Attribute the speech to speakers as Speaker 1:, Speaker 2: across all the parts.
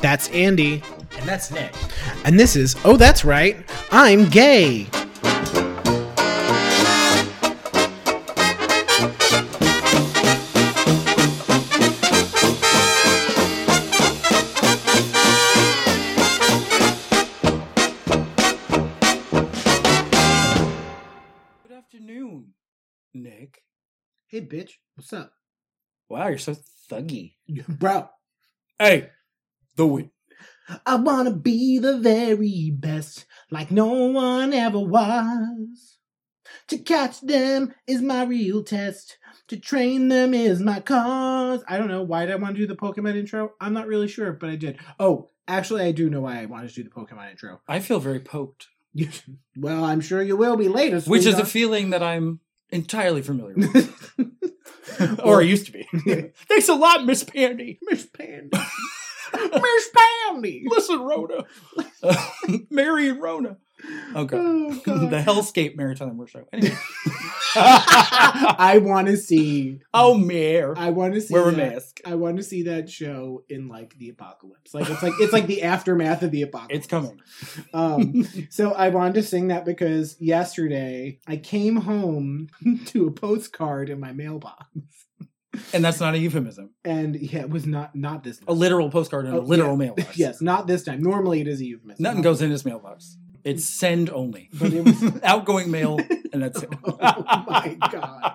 Speaker 1: That's Andy.
Speaker 2: And that's Nick.
Speaker 1: And this is Oh, That's Right, I'm Gay.
Speaker 2: Good afternoon, Nick.
Speaker 1: Hey, bitch, what's up?
Speaker 2: Wow, you're so thuggy.
Speaker 1: Bro,
Speaker 2: Hey, the win.
Speaker 1: I wanna be the very best, like no one ever was. To catch them is my real test. To train them is my cause. I don't know why did I want to do the Pokemon intro. I'm not really sure, but I did. Oh, actually, I do know why I wanted to do the Pokemon intro.
Speaker 2: I feel very poked,
Speaker 1: well, I'm sure you will be later.
Speaker 2: which is a
Speaker 1: sweetheart.
Speaker 2: feeling that I'm entirely familiar with. or I used to be.
Speaker 1: Yeah.
Speaker 2: Thanks a lot, Miss Pandy.
Speaker 1: Miss Pandy. Miss Pandy.
Speaker 2: Listen, Rhoda. Mary and Rona. Oh, God.
Speaker 1: Oh, God.
Speaker 2: the Hellscape Maritime War Show. Anyway.
Speaker 1: I want to see.
Speaker 2: oh, Mare.
Speaker 1: I want to see.
Speaker 2: Wear a
Speaker 1: that-
Speaker 2: mask.
Speaker 1: I want to see that show in like the apocalypse. Like it's like it's like the aftermath of the apocalypse.
Speaker 2: It's coming.
Speaker 1: Um, so I wanted to sing that because yesterday I came home to a postcard in my mailbox,
Speaker 2: And that's not a euphemism.
Speaker 1: and yeah, it was not not this.
Speaker 2: A literal postcard in
Speaker 1: Oh,
Speaker 2: a literal
Speaker 1: yeah.
Speaker 2: mailbox.
Speaker 1: Yes, not this time. Normally it is a euphemism.
Speaker 2: Nothing goes in this mailbox. It's send only.
Speaker 1: But it was-
Speaker 2: outgoing mail, and that's it.
Speaker 1: Oh my god.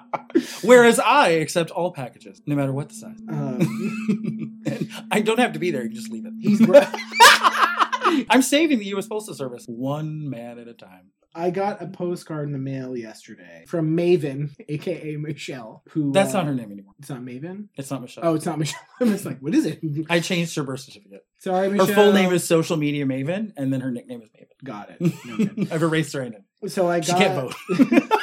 Speaker 2: Whereas I accept all packages, no matter what the size.
Speaker 1: Um,
Speaker 2: and I don't have to be there. You just leave it.
Speaker 1: he's. br-
Speaker 2: I'm saving the U.S. Postal Service one man at a time.
Speaker 1: I got a postcard in the mail yesterday from Maven, aka Michelle. Who
Speaker 2: That's
Speaker 1: uh,
Speaker 2: not her name anymore.
Speaker 1: It's not Maven.
Speaker 2: It's not Michelle.
Speaker 1: Oh, it's not Michelle. I'm just like, what is it?
Speaker 2: I changed her birth certificate.
Speaker 1: Sorry, Michelle.
Speaker 2: Her full name is Social Media Maven, and then her nickname is Maven.
Speaker 1: Got it. No good.
Speaker 2: I've erased her name.
Speaker 1: so I got.
Speaker 2: She can't vote.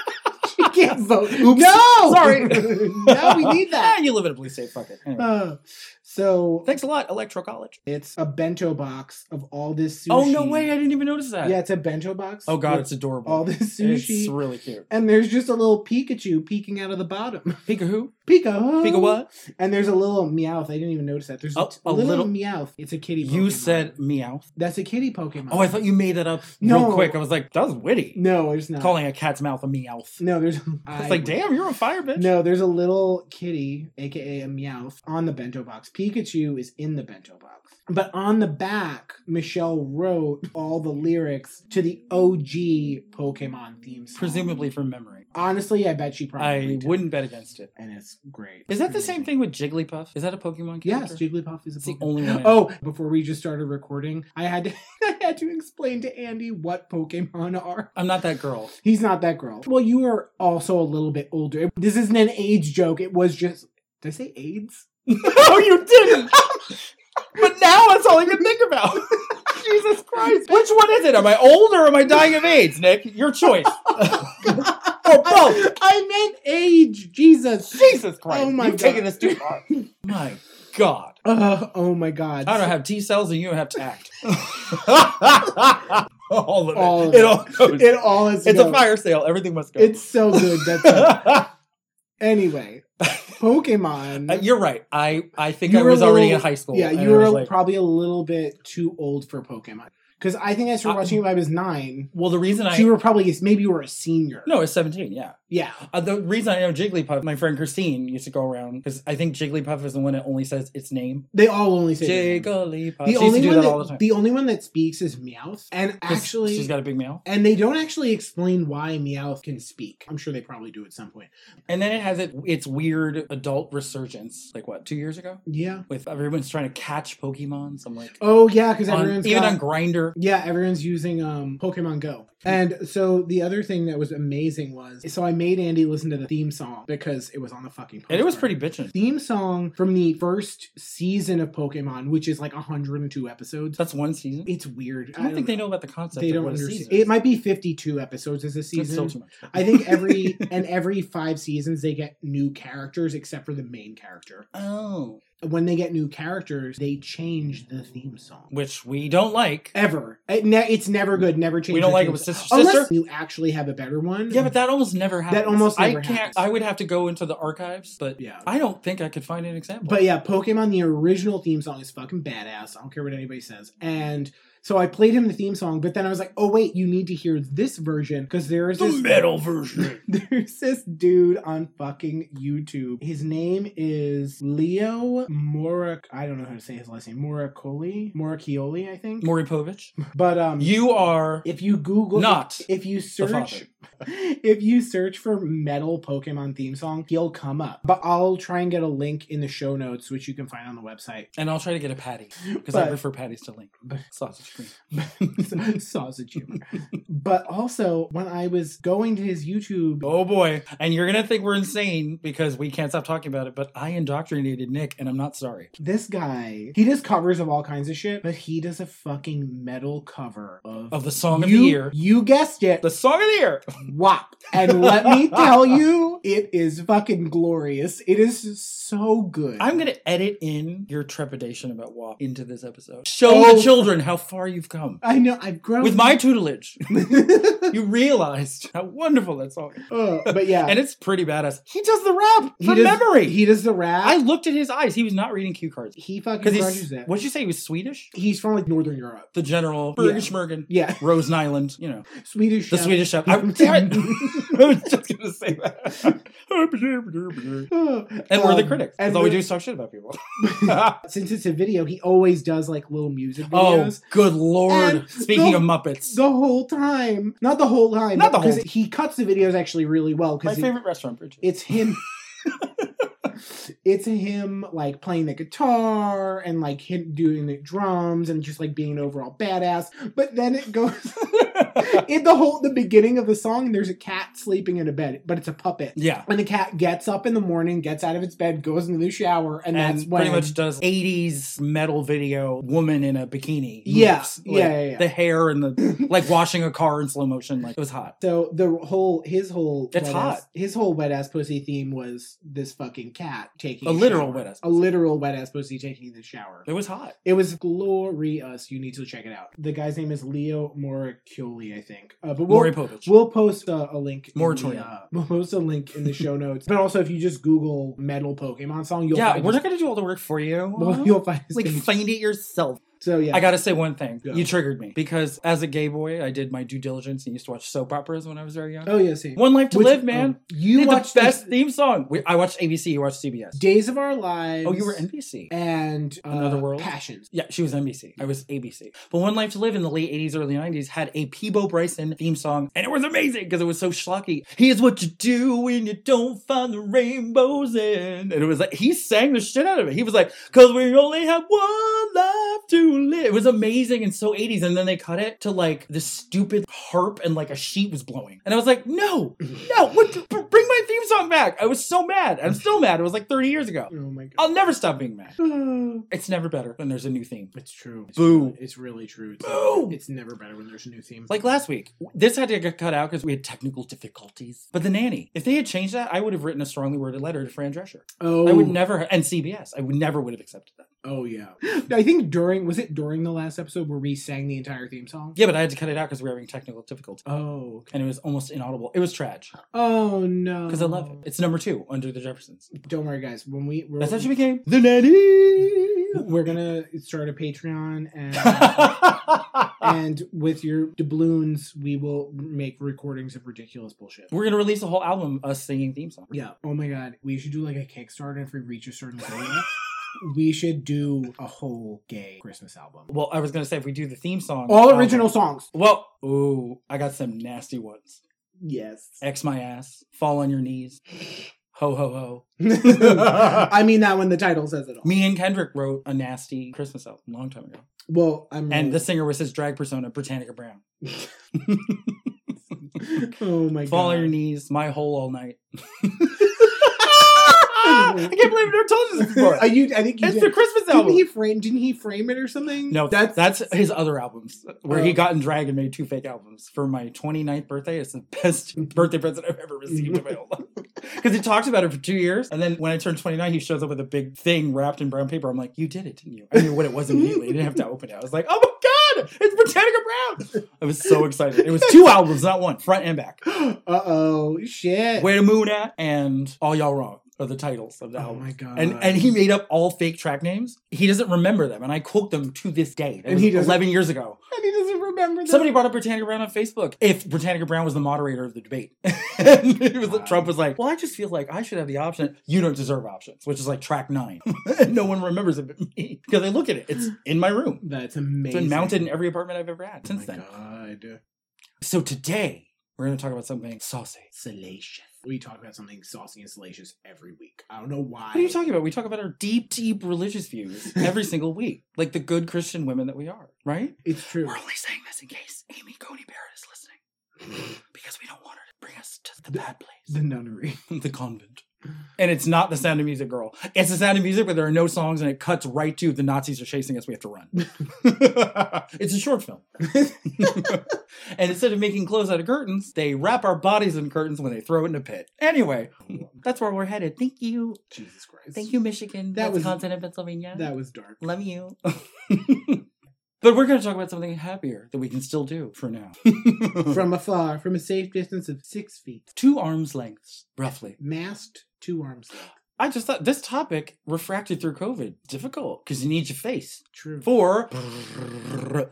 Speaker 1: She can't vote.
Speaker 2: Oops.
Speaker 1: No.
Speaker 2: Sorry.
Speaker 1: now we need that.
Speaker 2: Ah, you live in a police state. Fuck it. Anyway.
Speaker 1: Uh, so
Speaker 2: Thanks a lot, Electro College.
Speaker 1: it's a bento box of all this sushi.
Speaker 2: Oh no way! I didn't even notice that.
Speaker 1: Yeah, it's a bento box.
Speaker 2: Oh god,
Speaker 1: with
Speaker 2: it's adorable.
Speaker 1: all this sushi.
Speaker 2: It's really cute.
Speaker 1: and there's just a little Pikachu peeking out of the bottom.
Speaker 2: Pika who?
Speaker 1: Pika.
Speaker 2: Pika what?
Speaker 1: And there's a little meowth. I didn't even notice that. There's a
Speaker 2: Oh,
Speaker 1: t-
Speaker 2: a
Speaker 1: little,
Speaker 2: little-
Speaker 1: meowth. It's a kitty.
Speaker 2: You
Speaker 1: Pokemon.
Speaker 2: said meow.
Speaker 1: that's a kitty Pokemon.
Speaker 2: Oh, I thought you made that up
Speaker 1: No.
Speaker 2: real quick. I was like, that was witty.
Speaker 1: no, it's not.
Speaker 2: Calling a cat's mouth a meow. It's
Speaker 1: No, there's.
Speaker 2: like, damn, you're on fire, bitch.
Speaker 1: No, there's a little kitty, aka a meowth, on the bento box. Pikachu is in the bento box. But on the back, Michelle wrote all the lyrics to the OG Pokemon theme song.
Speaker 2: Presumably from memory.
Speaker 1: Honestly, I bet she probably
Speaker 2: I
Speaker 1: did.
Speaker 2: wouldn't bet against it.
Speaker 1: And it's great.
Speaker 2: Is that the
Speaker 1: Amazing.
Speaker 2: same thing with Jigglypuff? Is that a Pokemon
Speaker 1: Yes,
Speaker 2: character?
Speaker 1: Jigglypuff is a
Speaker 2: It's the
Speaker 1: Pokemon.
Speaker 2: only one. I know.
Speaker 1: Oh, before we just started recording, I had to I had to explain to Andy what Pokemon are.
Speaker 2: I'm not that girl.
Speaker 1: He's not that girl. Well, you are also a little bit older. This isn't an age joke. It was just did I say AIDS?
Speaker 2: no, you didn't. but now that's all I can think about. Jesus Christ. Which one is it? Am I old or am I dying of AIDS, Nick? Your choice. or both.
Speaker 1: I, I meant age, Jesus.
Speaker 2: Oh. Jesus Christ.
Speaker 1: Oh my
Speaker 2: You've
Speaker 1: God.
Speaker 2: taken this too far. my God.
Speaker 1: Uh, oh my God.
Speaker 2: I don't have T cells and you don't have tact. all of it.
Speaker 1: All of
Speaker 2: it. all goes.
Speaker 1: It all is.
Speaker 2: it's
Speaker 1: no.
Speaker 2: a fire sale. Everything must go.
Speaker 1: It's so good. That's it. anyway. Pokemon.
Speaker 2: Uh, You're right. I, I think
Speaker 1: You
Speaker 2: I
Speaker 1: were
Speaker 2: was
Speaker 1: a
Speaker 2: already
Speaker 1: little-
Speaker 2: in high school.
Speaker 1: yeah,
Speaker 2: and
Speaker 1: you
Speaker 2: I
Speaker 1: were
Speaker 2: was like-
Speaker 1: probably a little bit too old for Pokemon because I think I started
Speaker 2: I-
Speaker 1: watching it when I was nine.
Speaker 2: well, the reason I.
Speaker 1: So you were probably maybe you were a senior.
Speaker 2: no, it's 17, yeah.
Speaker 1: Yeah.
Speaker 2: Uh, the reason I know Jigglypuff, my friend Christine used to go around because I think Jigglypuff is the one that only says its name.
Speaker 1: They all only say their name.
Speaker 2: Jigglypuff.
Speaker 1: The
Speaker 2: uh, she used
Speaker 1: only
Speaker 2: to do
Speaker 1: one
Speaker 2: that,
Speaker 1: that,
Speaker 2: all the time.
Speaker 1: the only one that speaks is Meowth, and
Speaker 2: 'Cause
Speaker 1: actually
Speaker 2: she's got a big mouth,
Speaker 1: and they don't actually explain why Meowth can speak. I'm sure they probably do at some point.
Speaker 2: and then it has it, its weird adult resurgence. Like what, two years ago?
Speaker 1: Yeah.
Speaker 2: With everyone's trying to catch Pokemon. So I'm like,
Speaker 1: Oh yeah, because
Speaker 2: on-
Speaker 1: everyone's
Speaker 2: even
Speaker 1: got-
Speaker 2: on Grinder.
Speaker 1: yeah, everyone's using um, Pokemon Go. And so the other thing that was amazing was so I made Andy listen to the theme song because it was on the fucking.
Speaker 2: And it was
Speaker 1: postcard.
Speaker 2: pretty bitchin'.
Speaker 1: theme song from the first season of Pokemon, which is like 102 episodes.
Speaker 2: That's one season.
Speaker 1: It's weird.
Speaker 2: I don't think they know about the concept.
Speaker 1: They
Speaker 2: of
Speaker 1: don't
Speaker 2: what a
Speaker 1: understand.
Speaker 2: season
Speaker 1: It
Speaker 2: is.
Speaker 1: might be 52 episodes as a
Speaker 2: That's still
Speaker 1: season.
Speaker 2: too much.
Speaker 1: I think every and every five seasons they get new characters except for the main character.
Speaker 2: oh,
Speaker 1: when they get new characters, they change the theme song.
Speaker 2: which we don't like.
Speaker 1: Ever. It ne- it's never good. Never change
Speaker 2: We don't
Speaker 1: the
Speaker 2: like
Speaker 1: theme
Speaker 2: it with
Speaker 1: song.
Speaker 2: Sister Sister.
Speaker 1: Unless you actually have a better one.
Speaker 2: Yeah, but that almost never happens.
Speaker 1: almost never
Speaker 2: I can't.
Speaker 1: happens.
Speaker 2: I would have to go into the archives, but
Speaker 1: Yeah.
Speaker 2: I don't think I could find an example.
Speaker 1: But yeah, Pokemon, the original theme song is fucking badass. I don't care what anybody says. And so I played him the theme song, but then I was like, oh, wait, you need to hear this version because there is
Speaker 2: the
Speaker 1: this.
Speaker 2: metal version.
Speaker 1: There's this dude on fucking YouTube. His name is Leo Morak. I don't know how to say his last name. Moracoli? Morakioli, I think.
Speaker 2: Maury Povich,
Speaker 1: but um,
Speaker 2: you are
Speaker 1: if you Google,
Speaker 2: not
Speaker 1: if you search,
Speaker 2: father.
Speaker 1: if you search for metal Pokemon theme song, he'll come up. But I'll try and get a link in the show notes, which you can find on the website.
Speaker 2: And I'll try to get a patty because I
Speaker 1: But-
Speaker 2: prefer patties to link.
Speaker 1: but-
Speaker 2: Sausage cream.
Speaker 1: Sausage humor. But also, when I was going to his YouTube
Speaker 2: Oh boy. And you're going to think we're insane because we can't stop talking about it, but I indoctrinated Nick and I'm not sorry.
Speaker 1: This guy, he does covers of all kinds of shit, but he does a fucking metal cover of,
Speaker 2: Of the song of
Speaker 1: you,
Speaker 2: the year.
Speaker 1: You guessed it,
Speaker 2: The song of the year.
Speaker 1: WAP. And let me tell you, it is fucking glorious. It is so good.
Speaker 2: I'm going to edit in your trepidation about WAP into this episode. Show
Speaker 1: Oh.
Speaker 2: the children how far you've come.
Speaker 1: I know I've grown
Speaker 2: With my tutelage,
Speaker 1: uh,
Speaker 2: you realized how wonderful that song is.
Speaker 1: but yeah,
Speaker 2: And it's pretty badass. He does the rap from memory.
Speaker 1: He does the rap.
Speaker 2: I looked at his eyes. He was not reading cue cards.
Speaker 1: he fucking
Speaker 2: Because
Speaker 1: crushes
Speaker 2: he's,
Speaker 1: it.
Speaker 2: what'd you say? He was Swedish?
Speaker 1: He's from like Northern Europe.
Speaker 2: The general,
Speaker 1: Yeah.
Speaker 2: Bergensmergen,
Speaker 1: Yeah,
Speaker 2: Rosen Island, you know.
Speaker 1: Swedish.
Speaker 2: The
Speaker 1: chef.
Speaker 2: Swedish Chef. I, damn it. I was just gonna say that. and we're the
Speaker 1: Um,
Speaker 2: critics.
Speaker 1: and
Speaker 2: That's all we
Speaker 1: the-
Speaker 2: do is talk shit about people.
Speaker 1: Since it's a video, he always does like little music
Speaker 2: oh,
Speaker 1: videos.
Speaker 2: good lord!
Speaker 1: And
Speaker 2: Speaking
Speaker 1: the-
Speaker 2: of Muppets,
Speaker 1: the whole time. Not the whole time.
Speaker 2: Not the whole-
Speaker 1: Because he cuts the videos actually really well.
Speaker 2: my
Speaker 1: Because
Speaker 2: favorite restaurant, Bridget.
Speaker 1: it's him. it's him like playing the guitar and like him doing the drums and just like being an overall badass. But then it goes in the whole the beginning of the song. There's a cat sleeping in a bed, but it's a puppet.
Speaker 2: yeah,
Speaker 1: When the cat gets up in the morning, gets out of its bed, goes into the shower, and,
Speaker 2: and,
Speaker 1: that's when
Speaker 2: pretty much does '80s metal video woman in a bikini.
Speaker 1: Yeah,
Speaker 2: moves.
Speaker 1: yeah,
Speaker 2: Like,
Speaker 1: yeah, yeah.
Speaker 2: The hair and the like washing a car in slow motion. Like it was hot.
Speaker 1: So the whole his whole
Speaker 2: It's
Speaker 1: wet
Speaker 2: hot.
Speaker 1: ass- his whole wet ass pussy theme was this fucking cat taking
Speaker 2: A literal
Speaker 1: shower.
Speaker 2: wet ass
Speaker 1: a literal wet ass pussy taking the shower.
Speaker 2: It was hot.
Speaker 1: It was glorious. You need to check it out. The guy's name is Leo Moracoli, I think. Uh, but we'll,
Speaker 2: Maury Povich.
Speaker 1: we'll post a, a link. in
Speaker 2: Moratorium.
Speaker 1: the, uh, we'll post a link in the show notes. But also, if you just Google metal Pokemon song, you'll
Speaker 2: yeah,
Speaker 1: find
Speaker 2: we're
Speaker 1: his,
Speaker 2: not gonna do all the work for you.
Speaker 1: you'll find his
Speaker 2: like
Speaker 1: page.
Speaker 2: find it yourself.
Speaker 1: So yeah,
Speaker 2: I gotta say one thing.
Speaker 1: Go.
Speaker 2: You triggered me because as a gay boy, I did my due diligence and used to watch soap operas when I was very young.
Speaker 1: oh yeah, see.
Speaker 2: One Life to
Speaker 1: Which-
Speaker 2: Live, man.
Speaker 1: um, you
Speaker 2: They had
Speaker 1: watched
Speaker 2: the best theme song. We, I watched ABC. You watched CBS.
Speaker 1: Days of Our Lives.
Speaker 2: Oh, you were NBC.
Speaker 1: and uh,
Speaker 2: Another World?
Speaker 1: Passions.
Speaker 2: Yeah, she was NBC. I was ABC. But One Life to Live in the late 80s, early 90s had a Peebo Bryson theme song, and it was amazing because it was so schlocky. Here's what you do when you don't find the rainbows in. And it was like, he sang the shit out of it. He was like, because we only have one life to live. It was amazing and so 80s. And then they cut it to like this stupid harp and like a sheet was blowing. And I was like, no, no, what, b- bring my theme song back. I was so mad. I'm still mad. It was like 30 years ago.
Speaker 1: Oh my god.
Speaker 2: I'll never stop being mad.
Speaker 1: Oh.
Speaker 2: It's never better when there's a new theme.
Speaker 1: It's true. It's
Speaker 2: Boo.
Speaker 1: really- It's really true. It's
Speaker 2: Boo.
Speaker 1: It's never better when there's a new theme.
Speaker 2: Like last week, this had to get cut out because we had technical difficulties. But the nanny, if they had changed that, I would have written a strongly worded letter to Fran Drescher.
Speaker 1: oh,
Speaker 2: I would never, and CBS, I would never would have accepted that.
Speaker 1: oh yeah. I think during was it during the last episode where we sang the entire theme song?
Speaker 2: Yeah, but I had to cut it out because we were having technical difficulties,
Speaker 1: Oh. okay.
Speaker 2: and it was almost inaudible. It was trash
Speaker 1: Oh no.
Speaker 2: because I love it. It's number two under the Jeffersons.
Speaker 1: Don't worry, guys. When we we're,
Speaker 2: That's how she became the nanny.
Speaker 1: we're gonna start a Patreon and. And with your doubloons, we will make recordings of ridiculous bullshit.
Speaker 2: we're gonna release a whole album us singing theme song.
Speaker 1: Yeah. Oh my god. We should do like a Kickstarter if we reach a certain goal. we should do a whole gay Christmas album.
Speaker 2: Well, I was gonna say if we do the theme song,
Speaker 1: All
Speaker 2: album-
Speaker 1: original songs.
Speaker 2: Well, ooh, I got some nasty ones.
Speaker 1: Yes.
Speaker 2: X my ass, fall on your knees, ho ho ho.
Speaker 1: I mean that when the title says it all.
Speaker 2: Me and Kendrick wrote a nasty Christmas album a long time ago.
Speaker 1: Well, I'm
Speaker 2: And the singer was his drag persona, Britannica Brown.
Speaker 1: oh my
Speaker 2: Fall
Speaker 1: god.
Speaker 2: on your knees, my hole all night. I can't believe I never told you this before.
Speaker 1: Are you, I think you
Speaker 2: It's
Speaker 1: did.
Speaker 2: the Christmas
Speaker 1: Didn't
Speaker 2: album.
Speaker 1: he frame? Didn't he frame it or something?
Speaker 2: no, that's
Speaker 1: that's
Speaker 2: that's his other albums where
Speaker 1: Oh.
Speaker 2: he got in drag and made two fake albums for my 29th birthday. It's the best birthday present I've ever received in my whole life. Because he talked about it for two years. And then when I turned 29, he shows up with a big thing wrapped in brown paper. I'm like, you did it, didn't you? I knew what it was immediately. I didn't have to open it. I was like, oh my God, it's Britannica Brown. I was so excited. It was two albums, not one, front and back.
Speaker 1: uh oh, shit.
Speaker 2: Where the Moon At and All Y'all Wrong are the titles of the
Speaker 1: oh
Speaker 2: album.
Speaker 1: my god.
Speaker 2: And and he made up all fake track names. He doesn't remember them, and I quote them to this day. That
Speaker 1: And
Speaker 2: was
Speaker 1: he doesn't-
Speaker 2: eleven years ago.
Speaker 1: And he doesn't remember that.
Speaker 2: Somebody brought up Britannica Brown on Facebook. If Britannica Brown was the moderator of the debate, and it was,
Speaker 1: Wow.
Speaker 2: Trump was like, "Well, I just feel like I should have the option. You don't deserve options," which is like track nine. and no one remembers it but me because I look at it. It's in my room.
Speaker 1: That's amazing.
Speaker 2: It's been mounted in every apartment I've ever had
Speaker 1: Oh
Speaker 2: since
Speaker 1: my
Speaker 2: then.
Speaker 1: God.
Speaker 2: So today we're going to talk about something saucy.
Speaker 1: Salacious. We talk about something saucy and salacious every week. I don't know why.
Speaker 2: What are you talking about? We talk about our deep, deep religious views every single week, like the good Christian women that we are, right?
Speaker 1: It's true.
Speaker 2: We're only saying this in case Amy Coney Barrett is listening, because we don't want her to bring us to the bad
Speaker 1: the
Speaker 2: place,
Speaker 1: nunnery.
Speaker 2: the convent. And it's not the Sound of Music, girl. It's the Sound of Music, but there are no songs, and it cuts right to the Nazis are chasing us. We have to run. it's a short film. and instead of making clothes out of curtains, they wrap our bodies in curtains when they throw it in a pit. Anyway, that's where we're headed. Thank you.
Speaker 1: Jesus Christ.
Speaker 2: Thank you, Michigan,
Speaker 1: That was-
Speaker 2: Wisconsin, and Pennsylvania.
Speaker 1: That was dark.
Speaker 2: Love you. but we're going to talk about something happier that we can still do for now.
Speaker 1: From afar, from a safe distance of six feet,
Speaker 2: two arms lengths, roughly.
Speaker 1: masked two arms. length.
Speaker 2: I just thought this topic, refracted through COVID, difficult because you need your face
Speaker 1: True.
Speaker 2: for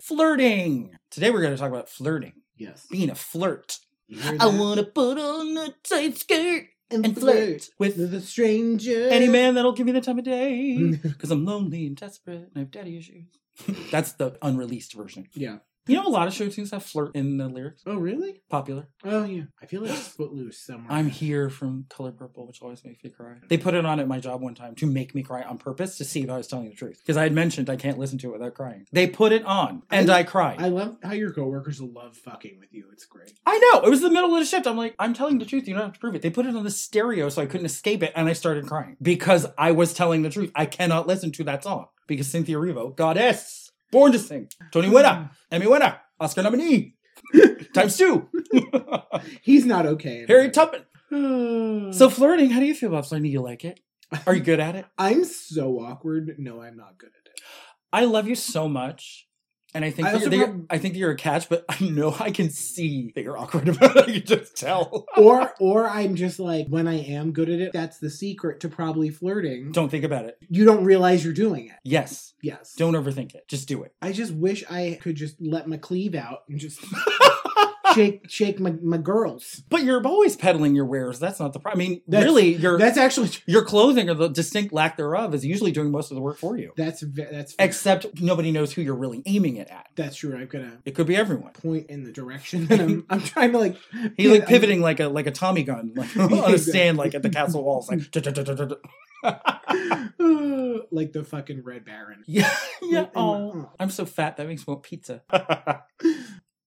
Speaker 2: flirting. Today we're going to talk about flirting,
Speaker 1: Yes.
Speaker 2: being a flirt.
Speaker 1: You hear
Speaker 2: I
Speaker 1: that?
Speaker 2: want to put on a tight skirt and flirt
Speaker 1: flirt
Speaker 2: with
Speaker 1: with a stranger.
Speaker 2: any man that'll give me the time of day because I'm lonely and desperate and I have daddy issues. That's the unreleased version.
Speaker 1: Yeah.
Speaker 2: You know, a lot of show tunes have flirt in the lyrics.
Speaker 1: Oh really?
Speaker 2: Popular.
Speaker 1: Oh yeah. I feel like it's footloose somewhere.
Speaker 2: I'm here from Color Purple, which always makes me cry. They put it on at my job one time to make me cry on purpose to see if I was telling the truth. Because I had mentioned I can't listen to it without crying. They put it on and I, cried.
Speaker 1: I
Speaker 2: I,
Speaker 1: love how your coworkers love fucking with you. It's great.
Speaker 2: know. It was the middle of the shift. I'm like, I'm telling the truth. You don't have to prove it. They put it on the stereo so I couldn't escape it and I started crying because I was telling the truth. I cannot listen to that song because Cynthia Revo, goddess, born to sing, Tony winner, Emmy winner, Oscar nominee, times two,
Speaker 1: He's not okay.
Speaker 2: Harriet Tubman.
Speaker 1: Tubman.
Speaker 2: So flirting, how do you feel about flirting? Do you like it? Are you good at it?
Speaker 1: I'm so awkward. No, I'm not good at it.
Speaker 2: I love you so much. And I think
Speaker 1: I
Speaker 2: that
Speaker 1: also
Speaker 2: you're, that
Speaker 1: prob-
Speaker 2: you're- I think that you're a catch, but I know I can see that you're awkward about it. I can just tell.
Speaker 1: Or or I'm just like when I am good at it, that's the secret to probably flirting.
Speaker 2: Don't think about it.
Speaker 1: You don't realize you're doing it.
Speaker 2: Yes.
Speaker 1: Yes.
Speaker 2: Don't overthink it. Just do it.
Speaker 1: I just wish I could just let my cleave out and just shake shake my, my girls.
Speaker 2: But you're always peddling your wares. That's not the problem. I mean,
Speaker 1: That's-
Speaker 2: really, your
Speaker 1: That's actually
Speaker 2: your clothing or the distinct lack thereof is usually doing most of the work for you.
Speaker 1: that's ve- that's fair.
Speaker 2: Except nobody knows who you're really aiming it at.
Speaker 1: that's true. I'm gonna
Speaker 2: It could be everyone.
Speaker 1: point in the direction that I'm I'm trying to like
Speaker 2: He's like
Speaker 1: I'm-
Speaker 2: pivoting like a like a Tommy gun like, on a stand like at the castle walls like
Speaker 1: like the fucking Red Baron.
Speaker 2: yeah yeah
Speaker 1: Like, in my-
Speaker 2: oh
Speaker 1: oh.
Speaker 2: I'm so fat that makes me want pizza.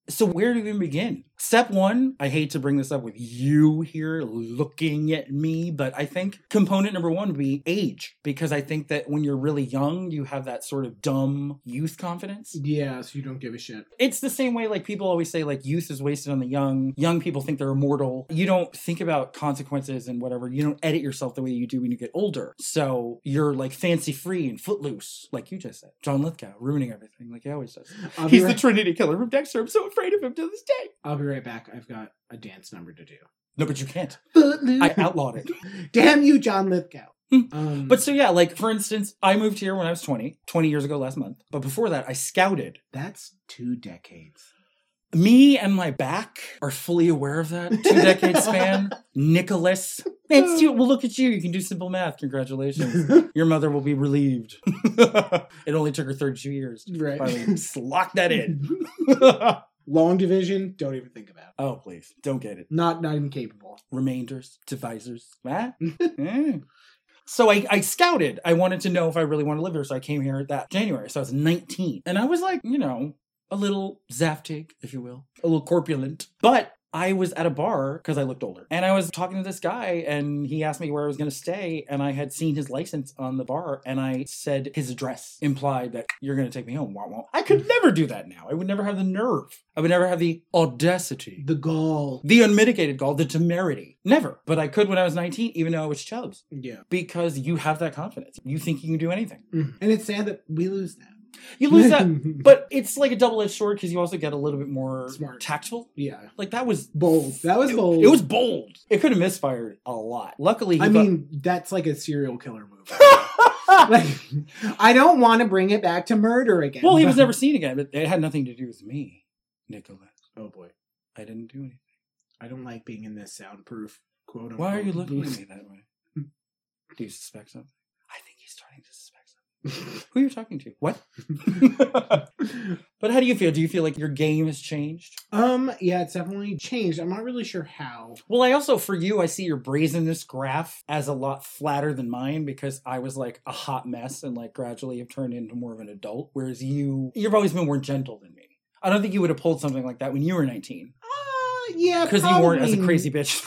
Speaker 2: so where do we even begin? Step one, I hate to bring this up with you here looking at me, but I think component number one would be age because I think that when you're really young, you have that sort of dumb youth confidence.
Speaker 1: Yeah, so you don't give a shit.
Speaker 2: It's the same way, like people always say, like youth is wasted on the young. Young people think they're immortal. You don't think about consequences and whatever. You don't edit yourself the way you do when you get older. So you're like fancy free and footloose, like you just said. John Lithgow ruining everything, like he always does.
Speaker 1: I'll be,
Speaker 2: He's
Speaker 1: right,
Speaker 2: the Trinity Killer from Dexter. I'm so afraid of him to this day.
Speaker 1: I'll be right back. I've got a dance number to do.
Speaker 2: No, but you can't.
Speaker 1: Footloose.
Speaker 2: I outlawed it.
Speaker 1: Damn you, John Lithgow.
Speaker 2: Hmm.
Speaker 1: Um,
Speaker 2: But so yeah, like for instance, I moved here when I was 20, 20 years ago last month. But before that, I scouted.
Speaker 1: that's two decades.
Speaker 2: Me and my back are fully aware of that two decade span. Nicholas, Oh. it's you. Well, look at you. You can do simple math. Congratulations. Your mother will be relieved. it only took her 32 years. to Finally,
Speaker 1: right.
Speaker 2: lock that in.
Speaker 1: Long division. Don't even think about. It.
Speaker 2: oh, please. Don't get it.
Speaker 1: Not not even capable.
Speaker 2: remainders, divisors. What? Mm. So I, I scouted. I wanted to know if I really want to live here. So I came here that January. So I was 19. And I was like, you know, a little zaftig, if you will, a little corpulent. But I was at a bar because I looked older. And I was talking to this guy and he asked me where I was going to stay. And I had seen his license on the bar and I said his address, implied that you're going to take me home. Wah, wah. I could never do that now. I would never have the nerve. I would never have the audacity,
Speaker 1: The gall.
Speaker 2: the unmitigated gall, the temerity. Never. But I could when I was 19, even though I was chubs,
Speaker 1: Yeah.
Speaker 2: because you have that confidence. You think you can do anything.
Speaker 1: Mhm. And it's sad that we lose that.
Speaker 2: You Mm-hmm. lose that. But it's like a double edged sword because you also get a little bit more
Speaker 1: Smart.
Speaker 2: tactful.
Speaker 1: yeah.
Speaker 2: Like that was
Speaker 1: Bold. That was
Speaker 2: it-
Speaker 1: bold.
Speaker 2: It was bold. It could have misfired a lot. Luckily, he
Speaker 1: I
Speaker 2: got-
Speaker 1: mean, that's like a serial killer movie. like, I don't want to bring it back to murder again.
Speaker 2: well, he was
Speaker 1: but-
Speaker 2: never seen again, but it had nothing to do with me, Nicholas.
Speaker 1: Oh boy,
Speaker 2: I didn't do anything.
Speaker 1: I don't like being in this soundproof quote.
Speaker 2: Why are you
Speaker 1: unquote,
Speaker 2: looking at me that way? Do you suspect something? I think he's starting to suspect something. Who are you talking to? What?
Speaker 1: booth.
Speaker 2: but how do you feel? Do you feel like your game has changed?
Speaker 1: um, yeah, it's definitely changed. I'm not really sure how.
Speaker 2: Well, I also, for you, I see your brazenness graph as a lot flatter than mine because I was like a hot mess and like gradually have turned into more of an adult. Whereas you, you've always been more gentle than me. I don't think you would have pulled something like that when you were 19
Speaker 1: Uh, yeah,
Speaker 2: because you weren't as a
Speaker 1: probably-
Speaker 2: crazy bitch.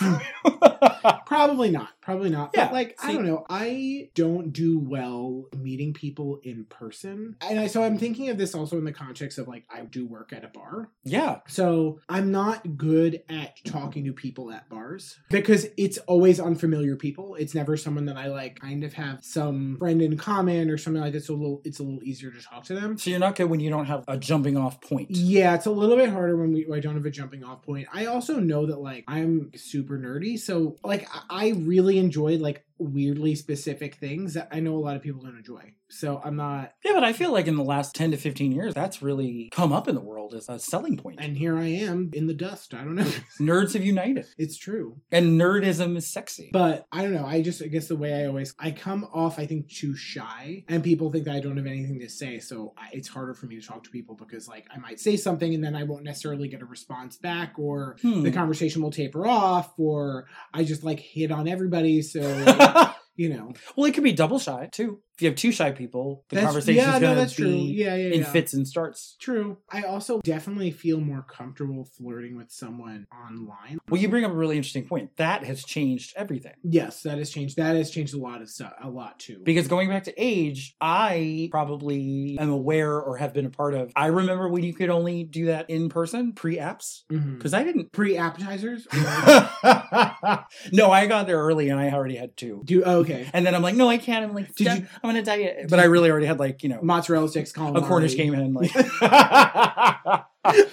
Speaker 1: Probably not. Probably not.
Speaker 2: Yeah,
Speaker 1: But like, I
Speaker 2: see-
Speaker 1: don't know. I don't do well meeting people in person, and I, so I'm thinking of this also in the context of like I do work at a bar,
Speaker 2: yeah.
Speaker 1: So I'm not good at talking to people at bars because it's always unfamiliar people. It's never someone that I like kind of have some friend in common or something like that. So a little, it's a little easier to talk to them.
Speaker 2: So you're not good when you don't have a jumping off point.
Speaker 1: Yeah, it's a little bit harder when we when I don't have a jumping off point. I also know that like I'm super nerdy, so like I- I really enjoy like weirdly specific things that I know a lot of people don't enjoy. So I'm not,
Speaker 2: Yeah, but I feel like in the last 10 to 15 years, that's really come up in the world as a selling point.
Speaker 1: and here I am in the dust. I don't know.
Speaker 2: Nerds have united,
Speaker 1: it's true.
Speaker 2: and nerdism is sexy.
Speaker 1: But I don't know. I just I guess the way I always I come off I think too shy, and people think that I don't have anything to say. So I, it's harder for me to talk to people because like I might say something and then I won't necessarily get a response back, or
Speaker 2: Hmm.
Speaker 1: the conversation will taper off, or I just like hit on everybody. So you know,
Speaker 2: Well, it could be double shy too. If you have two shy people, the
Speaker 1: That's-
Speaker 2: conversation
Speaker 1: yeah,
Speaker 2: is
Speaker 1: no,
Speaker 2: going
Speaker 1: that's
Speaker 2: to
Speaker 1: true.
Speaker 2: be
Speaker 1: Yeah, yeah,
Speaker 2: in
Speaker 1: yeah.
Speaker 2: fits and starts.
Speaker 1: True. I also definitely feel more comfortable flirting with someone online.
Speaker 2: Well, you bring up a really interesting point. That has changed everything.
Speaker 1: Yes, that has changed. That has changed a lot of stuff, a lot too.
Speaker 2: Because going back to age, I probably am aware or have been a part of. I remember when you could only do that in person, pre apps,
Speaker 1: Mhm.
Speaker 2: because I didn't.
Speaker 1: Pre appetizers.
Speaker 2: no, I got there early and I already had two.
Speaker 1: Do oh, okay.
Speaker 2: And then I'm like, no, I can't. I'm like,
Speaker 1: Did
Speaker 2: "Stop,
Speaker 1: you-
Speaker 2: I'm going to diet. But I really already had like, you know,
Speaker 1: Mozzarella sticks.
Speaker 2: a Cornish
Speaker 1: calamari.
Speaker 2: game hen. Like,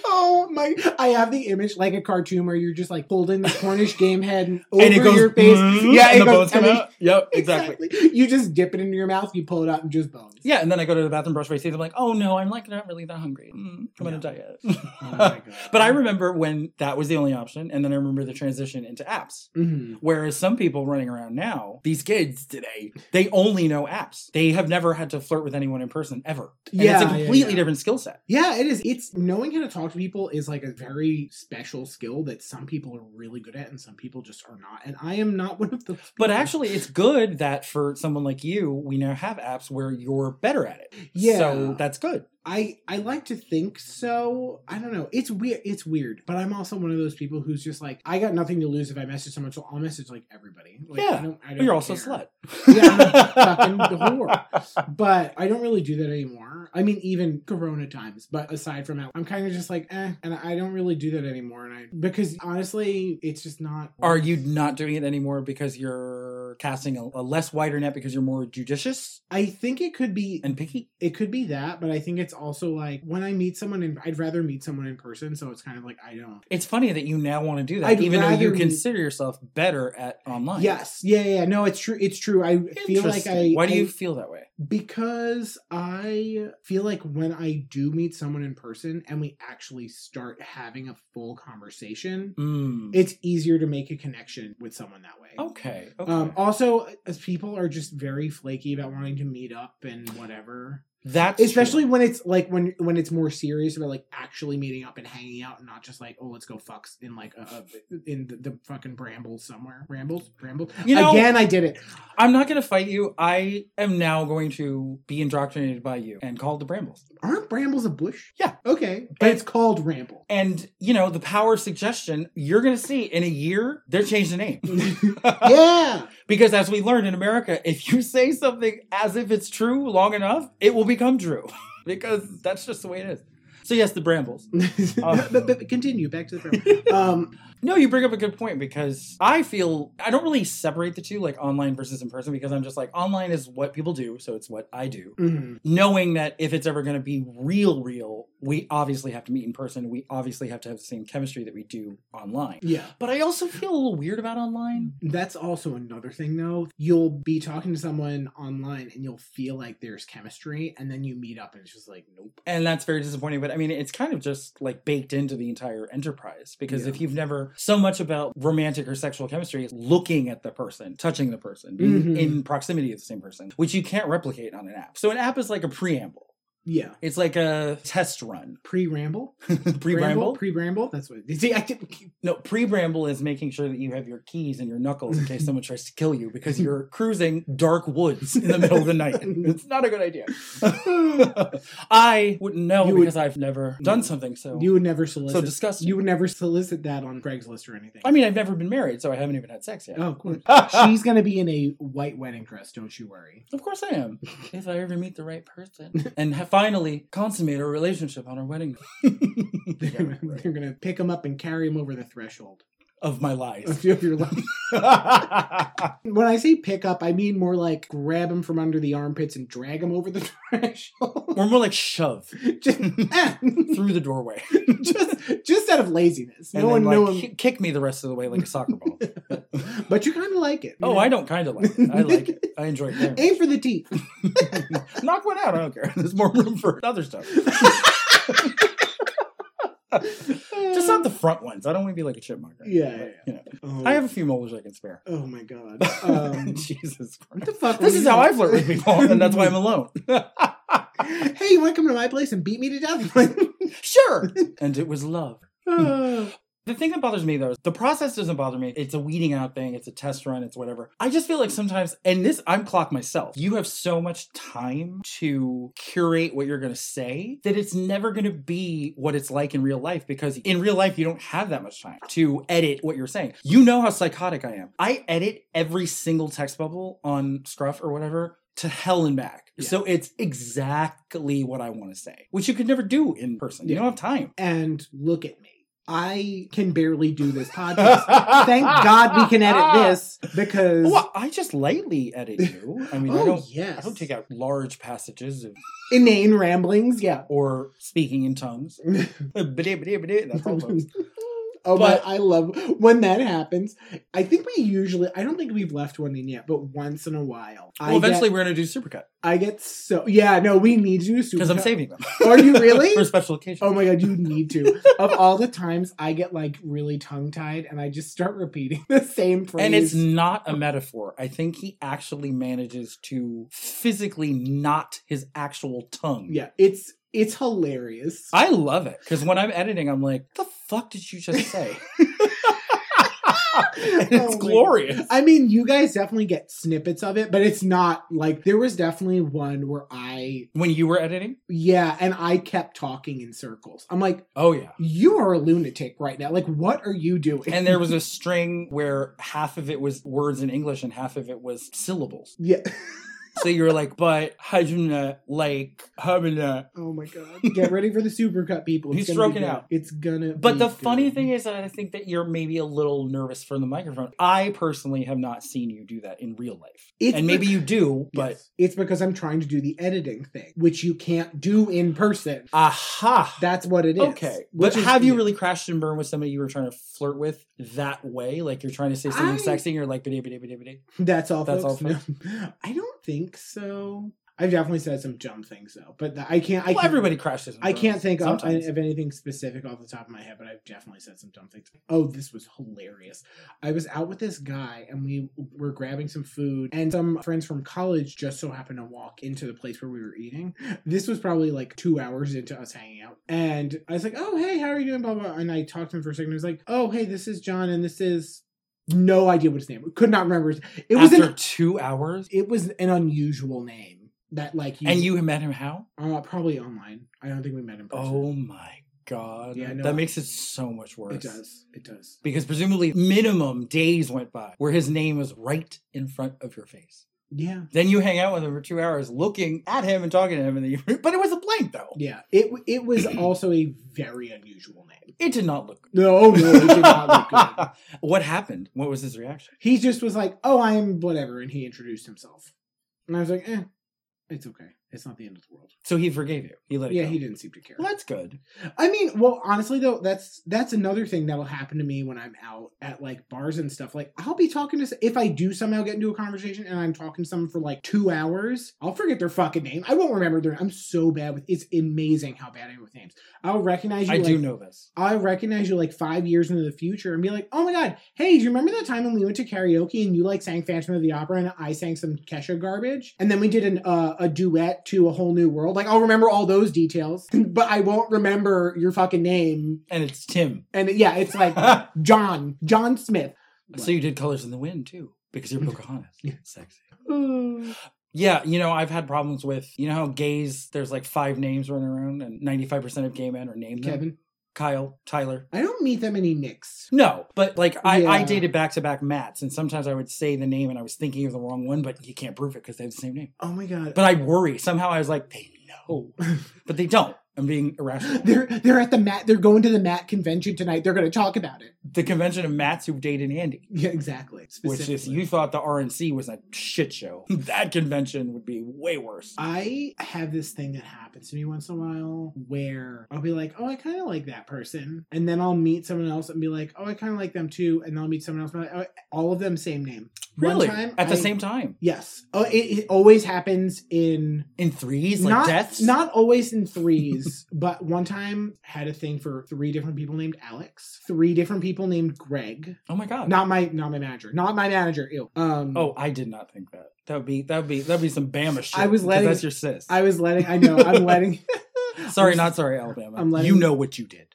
Speaker 1: Oh my! I have the image like a cartoon where you're just like holding the Cornish game head and over
Speaker 2: and it goes,
Speaker 1: your face.
Speaker 2: yeah, and the
Speaker 1: goes-
Speaker 2: bones come
Speaker 1: and
Speaker 2: out. Yep,
Speaker 1: then-
Speaker 2: exactly.
Speaker 1: You just dip it into your mouth. You pull it out and just bones.
Speaker 2: Yeah, and then I go to the bathroom, brush my teeth. I'm like, oh no, I'm like not really that hungry. Mm, I'm on a
Speaker 1: Yeah.
Speaker 2: diet.
Speaker 1: Oh my God.
Speaker 2: but I remember when that was the only option, and then I remember the transition into apps.
Speaker 1: Mhm.
Speaker 2: Whereas some people running around now, these kids today, they only know apps. They have never had to flirt with anyone in person ever. And
Speaker 1: Yeah,
Speaker 2: it's a
Speaker 1: yeah,
Speaker 2: completely
Speaker 1: yeah.
Speaker 2: different skill set.
Speaker 1: Yeah, it is. It's knowing how to talk to people is like a very special skill that some people are really good at and some people just are not. And I am not one of those. People.
Speaker 2: But actually, it's good that for someone like you, we now have apps where you're better at it.
Speaker 1: Yeah.
Speaker 2: So that's good.
Speaker 1: I I like to think so. I don't know. It's weird. It's weird. But I'm also one of those people who's just like I got nothing to lose if I message someone, so I'll message like everybody. Like,
Speaker 2: Yeah.
Speaker 1: I don't, I
Speaker 2: But
Speaker 1: don't
Speaker 2: you're also a
Speaker 1: care.
Speaker 2: slut.
Speaker 1: Yeah, I'm a fucking whore. But I don't really do that anymore. I mean, even Corona times. But aside from that, I'm kind of just like eh, and I don't really do that anymore. And I because honestly, it's just not.
Speaker 2: Are you not doing it anymore because you're casting a, a less wider net because you're more judicious
Speaker 1: I think it could be
Speaker 2: and picky?
Speaker 1: it could be that, but I think it's also like when I meet someone, and I'd rather meet someone in person. So it's kind of like I don't.
Speaker 2: It's funny that you now want to do that,
Speaker 1: I'd
Speaker 2: even though you
Speaker 1: rather-
Speaker 2: consider yourself better at online.
Speaker 1: Yes. Yeah, yeah. yeah. No, it's true. It's true. I feel like I.
Speaker 2: Interesting. Why do
Speaker 1: I-
Speaker 2: you feel that way?
Speaker 1: Because I feel like when I do meet someone in person and we actually start having a full conversation,
Speaker 2: Mm.
Speaker 1: it's easier to make a connection with someone that way.
Speaker 2: Okay. okay.
Speaker 1: Um, also, as people are just very flaky about wanting to meet up and whatever.
Speaker 2: That's
Speaker 1: Especially
Speaker 2: true.
Speaker 1: when it's like when when it's more serious about like actually meeting up and hanging out and not just like oh let's go fucks in like a, a- in the, the fucking brambles somewhere brambles brambles
Speaker 2: You know-
Speaker 1: again I did it
Speaker 2: I'm not going to fight you. I am now going to be indoctrinated by you and called the Brambles.
Speaker 1: aren't brambles a bush
Speaker 2: Yeah.
Speaker 1: okay but
Speaker 2: And-
Speaker 1: it's called ramble
Speaker 2: And, you know, the power of suggestion, you're going to see in a year, they're changing the name.
Speaker 1: yeah
Speaker 2: Because as we learned in America, if you say something as if it's true long enough, it will become true. because that's just the way it is. So yes, the brambles.
Speaker 1: but, but continue back to the bramble um
Speaker 2: No, you bring up a good point because I feel I don't really separate the two, like online versus in person, because I'm just like online is what people do, so it's what I do.
Speaker 1: mhm.
Speaker 2: Knowing that if it's ever going to be real, real, we obviously have to meet in person. We obviously have to have the same chemistry that we do online.
Speaker 1: yeah
Speaker 2: But I also feel a little weird about online.
Speaker 1: That's also another thing, though. You'll be talking to someone online and you'll feel like there's chemistry, and then you meet up and it's just like, nope.
Speaker 2: and that's very disappointing but i mean it's kind of just like baked into the entire enterprise because
Speaker 1: Yeah.
Speaker 2: if you've never so much about romantic or sexual chemistry is looking at the person touching the person being
Speaker 1: Mhm.
Speaker 2: in proximity of the same person which you can't replicate on an app so an app is like a preamble
Speaker 1: Yeah.
Speaker 2: it's like a test run
Speaker 1: Pre ramble?
Speaker 2: pre-bramble
Speaker 1: Pre ramble? That's what. See, I didn't keep.
Speaker 2: no pre-bramble is making sure that you have your keys and your knuckles in case someone tries to kill you because you're cruising dark woods in the middle of the night it's not a good idea i wouldn't know
Speaker 1: You would-
Speaker 2: because i've never done something so
Speaker 1: You would never solicit.
Speaker 2: so disgusting.
Speaker 1: you would never solicit that on Craigslist or anything.
Speaker 2: I mean, I've never been married, so I haven't even had sex yet.
Speaker 1: oh, cool. She's going to be in a white wedding dress, don't you worry.
Speaker 2: of course I am. If I ever meet the right person and ha- finally consummate our relationship on our wedding
Speaker 1: They're
Speaker 2: Yeah,
Speaker 1: gonna-
Speaker 2: right.
Speaker 1: they're going to pick him up and carry him over the threshold.
Speaker 2: of my
Speaker 1: A
Speaker 2: lies.
Speaker 1: few of your li- When I say pick up, I mean more like grab him from under the armpits and drag him over the threshold.
Speaker 2: or more like shove
Speaker 1: Just- eh.
Speaker 2: through the doorway.
Speaker 1: just just out of laziness.
Speaker 2: And
Speaker 1: no
Speaker 2: then
Speaker 1: one,
Speaker 2: like
Speaker 1: no
Speaker 2: ki- kick me the rest of the way like a soccer ball.
Speaker 1: one. But you kind of like it.
Speaker 2: oh, I don't kind of like it. I like it. I enjoy it. very
Speaker 1: Aim for the teeth.
Speaker 2: much. Knock one out. I don't care. There's more room for other stuff. Just not the front ones. I don't want to be like a chipmunk. or
Speaker 1: Yeah,
Speaker 2: anything,
Speaker 1: yeah,
Speaker 2: but, you know.
Speaker 1: Oh,
Speaker 2: I have a few molars I can spare.
Speaker 1: Oh my god. Um,
Speaker 2: Jesus
Speaker 1: what
Speaker 2: Christ.
Speaker 1: the fuck?
Speaker 2: This
Speaker 1: were
Speaker 2: is
Speaker 1: you-
Speaker 2: how I flirt with people, and that's why I'm alone.
Speaker 1: hey, you want to come to my place and beat me to death?
Speaker 2: sure. And it was love.
Speaker 1: Oh,
Speaker 2: The thing that bothers me though is the process doesn't bother me. It's a weeding out thing, it's a test run, it's whatever. I just feel like sometimes, and this, I'm clocked myself. You have so much time to curate what you're going to say that it's never going to be what it's like in real life because in real life, you don't have that much time to edit what you're saying. You know how psychotic I am. I edit every single text bubble on Scruff or whatever. To hell and back.
Speaker 1: Yeah.
Speaker 2: So it's exactly what I want to say, which you could never do in person. You
Speaker 1: Yeah.
Speaker 2: don't have time.
Speaker 1: and look at me. I can barely do this podcast. Thank God we can edit this because.
Speaker 2: Well, I just lightly edit you. I mean, I
Speaker 1: oh
Speaker 2: don't.
Speaker 1: yes,
Speaker 2: I don't take out large passages of,
Speaker 1: inane ramblings. Yeah.
Speaker 2: or speaking in tongues. Uh, Ba-dee, ba-dee, ba-dee, That's all tongues.
Speaker 1: Oh but
Speaker 2: But-
Speaker 1: I love when that happens. I think we usually I don't think we've left one in yet, but once in a while. I
Speaker 2: Well, eventually
Speaker 1: get,
Speaker 2: we're gonna do supercut
Speaker 1: I get so yeah, no, we need you
Speaker 2: because I'm saving them.
Speaker 1: Are you really?
Speaker 2: for special occasions?
Speaker 1: Oh my god, you need to. of all the times I get like really tongue tied and I just start repeating the same phrase.
Speaker 2: and it's not a metaphor. I think he actually manages to physically knot his actual tongue.
Speaker 1: yeah, it's it's hilarious.
Speaker 2: I love it because when I'm editing, I'm like, "The fuck did you just say?" And
Speaker 1: Oh
Speaker 2: it's
Speaker 1: my-
Speaker 2: glorious.
Speaker 1: I mean, you guys definitely get snippets of it, but it's not like there was definitely one where I
Speaker 2: When you were editing,
Speaker 1: yeah, and I kept talking in circles. I'm like
Speaker 2: oh yeah.
Speaker 1: you are a lunatic right now. Like, what are you doing?
Speaker 2: and there was a string where half of it was words in English and half of it was syllables.
Speaker 1: yeah.
Speaker 2: So you were like, but Hajuna, like, Hajuna.
Speaker 1: Oh my god. Get ready for the supercut, people.
Speaker 2: He's
Speaker 1: gonna be
Speaker 2: stroking
Speaker 1: good.
Speaker 2: out.
Speaker 1: It's gonna.
Speaker 2: But the funny thing is, that I think that you're maybe a little nervous for the microphone. I personally have not seen you do that in real life.
Speaker 1: It's
Speaker 2: and maybe
Speaker 1: bec-
Speaker 2: you do, but
Speaker 1: it's because I'm trying to do the editing thing, which you can't do in person.
Speaker 2: aha.
Speaker 1: That's what it is.
Speaker 2: Ah. Okay. But
Speaker 1: Which is-
Speaker 2: have you really crashed and burned with somebody you were trying to flirt with that way? Like you're trying to say something
Speaker 1: I-
Speaker 2: sexy and you're like, biddy, biddy, biddy, biddy.
Speaker 1: That's all.
Speaker 2: That's
Speaker 1: That's folks.
Speaker 2: all,
Speaker 1: all. No, I don't think so. I've definitely said some dumb things though, but the, I can't. I
Speaker 2: Well,
Speaker 1: can't,
Speaker 2: everybody crashes. and
Speaker 1: I can't
Speaker 2: burns
Speaker 1: think of,
Speaker 2: sometimes.
Speaker 1: of anything specific off the top of my head, but I've definitely said some dumb things. Oh, this was hilarious. I was out with this guy and we were grabbing some food, and some friends from college just so happened to walk into the place where we were eating. This was probably like two hours into us hanging out. And I was like, oh, hey, how are you doing? Blah, blah. And I talked to him for a second. He was like, oh, hey, this is John, and this is. No idea what his name. Could not remember. His, it was
Speaker 2: After
Speaker 1: an
Speaker 2: two hours,
Speaker 1: it was an unusual name that like
Speaker 2: and you met him how?
Speaker 1: uh, probably online. I don't think we met in person.
Speaker 2: Oh my god!
Speaker 1: Yeah, I know.
Speaker 2: that makes it so much worse.
Speaker 1: It does. It does.
Speaker 2: because presumably minimum days went by where his name was right in front of your face.
Speaker 1: Yeah.
Speaker 2: Then you hang out with him for two hours, looking at him and talking to him, and then you, but it was a blank though.
Speaker 1: Yeah. It it was also a very unusual name.
Speaker 2: It did not look. Good.
Speaker 1: No, no, it did not look good.
Speaker 2: what happened? What was his reaction?
Speaker 1: He just was like, "Oh, I am whatever," and he introduced himself. And I was like, "Eh, it's okay. It's not the end of the world."
Speaker 2: So he forgave you. He let it
Speaker 1: Yeah,
Speaker 2: go.
Speaker 1: he didn't seem to care.
Speaker 2: Well, that's good.
Speaker 1: I mean, well, honestly though, that's that's another thing that'll happen to me when I'm out at like bars and stuff. Like, I'll be talking to s- if I do somehow get into a conversation and I'm talking to someone for like two hours, I'll forget their fucking name. I won't remember their. I'm so bad with. It's amazing how bad I am with names. I'll recognize you.
Speaker 2: I
Speaker 1: like,
Speaker 2: do know this.
Speaker 1: I recognize you like five years into the future and be like, oh my god, hey, do you remember that time when we went to karaoke and you like sang Phantom of the Opera and I sang some Kesha garbage? And then we did an, uh, a duet to A Whole New World. Like, I'll remember all those details, but I won't remember your fucking name.
Speaker 2: And it's Tim.
Speaker 1: And yeah, it's like
Speaker 2: so
Speaker 1: John, John Smith.
Speaker 2: you did Colors in the Wind too, because you're Pocahontas.
Speaker 1: Yeah.
Speaker 2: Sexy.
Speaker 1: Ooh.
Speaker 2: Yeah, you know, I've had problems with, you know how gays, there's like five names running around and 95% of gay men are named them?
Speaker 1: Kevin.
Speaker 2: Kyle, Tyler.
Speaker 1: I don't meet that many Nicks.
Speaker 2: No, but like I, I
Speaker 1: Yeah.
Speaker 2: dated back to back Matts, and sometimes I would say the name and I was thinking of the wrong one, but you can't prove it because they have the same name.
Speaker 1: Oh my god.
Speaker 2: But I worry. Somehow I was like, they know,
Speaker 1: Oh.
Speaker 2: but they don't. I'm being irrational.
Speaker 1: They're they're at the Matt they're going to the Matt convention tonight. They're gonna talk about it.
Speaker 2: the convention of Matts who dated Andy.
Speaker 1: Yeah, exactly.
Speaker 2: Which if
Speaker 1: Specifically.
Speaker 2: you thought the RNC was a shit show, that convention would be way worse.
Speaker 1: I have this thing that happens to me once in a while where I'll be like, oh, I kind of like that person. And then I'll meet someone else and be like, oh, I kind of like them too. And then I'll meet someone else. And be like, oh, all of them, same name. One
Speaker 2: Really?
Speaker 1: time
Speaker 2: At the
Speaker 1: I-
Speaker 2: same time.
Speaker 1: Yes. Oh, it, it always happens in
Speaker 2: In threes, like
Speaker 1: not,
Speaker 2: deaths?
Speaker 1: Not always in threes, but one time had a thing for three different people named Alex, three different people named Greg.
Speaker 2: oh my god.
Speaker 1: Not my not my manager. Not my manager. Ew. Um,
Speaker 2: Oh, I did not think that. That would be that would be that would be some Bama shit.
Speaker 1: I was
Speaker 2: 'cause
Speaker 1: letting-
Speaker 2: that's your sis.
Speaker 1: I was letting. I know. I'm letting.
Speaker 2: sorry,
Speaker 1: I'm-
Speaker 2: not sorry, Alabama.
Speaker 1: I'm letting-
Speaker 2: you know what you did.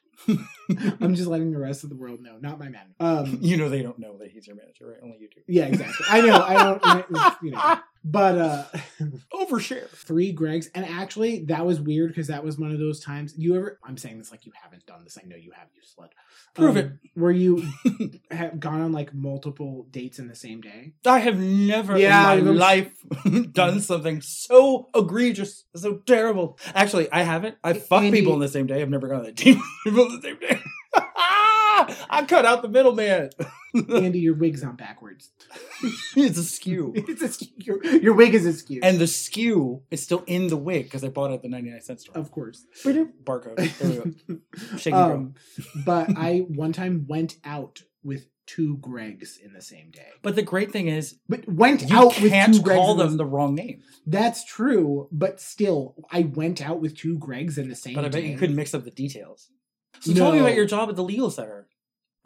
Speaker 1: I'm just letting the rest of the world know. Not my manager. Um,
Speaker 2: You know they don't know that he's your manager, right? Only you do.
Speaker 1: Yeah, exactly. I know. I don't. You know. But uh,
Speaker 2: Overshare.
Speaker 1: three Gregs, and actually that was weird because that was one of those times you ever. I'm saying this like you haven't done this. I know you have, you slut.
Speaker 2: Prove
Speaker 1: it. Where you have gone on like multiple dates in the same day?
Speaker 2: I have never
Speaker 1: Yeah,
Speaker 2: in my
Speaker 1: I'm-
Speaker 2: life done something so egregious, so terrible. Actually, I haven't. I fuck
Speaker 1: Andy-
Speaker 2: people on the same day. I've never gone on a date with people on the same day. I cut out the middleman.
Speaker 1: Andy, your wig's on backwards.
Speaker 2: It's a skew.
Speaker 1: It's askew. Your, your wig is askew.
Speaker 2: And the skew is still in the wig because I bought it at the 99 cent store.
Speaker 1: of course.
Speaker 2: Barcode. There we go. Shaking girl.
Speaker 1: Um, but I one time went out with two Gregs in the same day.
Speaker 2: But the great thing is,
Speaker 1: But went
Speaker 2: you
Speaker 1: out with
Speaker 2: can't
Speaker 1: two Gregs
Speaker 2: call
Speaker 1: in the
Speaker 2: them the wrong name.
Speaker 1: That's true, but still, I went out with two Gregs in the same.
Speaker 2: But I bet
Speaker 1: day.
Speaker 2: you could mix up the details. So tell me
Speaker 1: No.
Speaker 2: about your job at the legal center.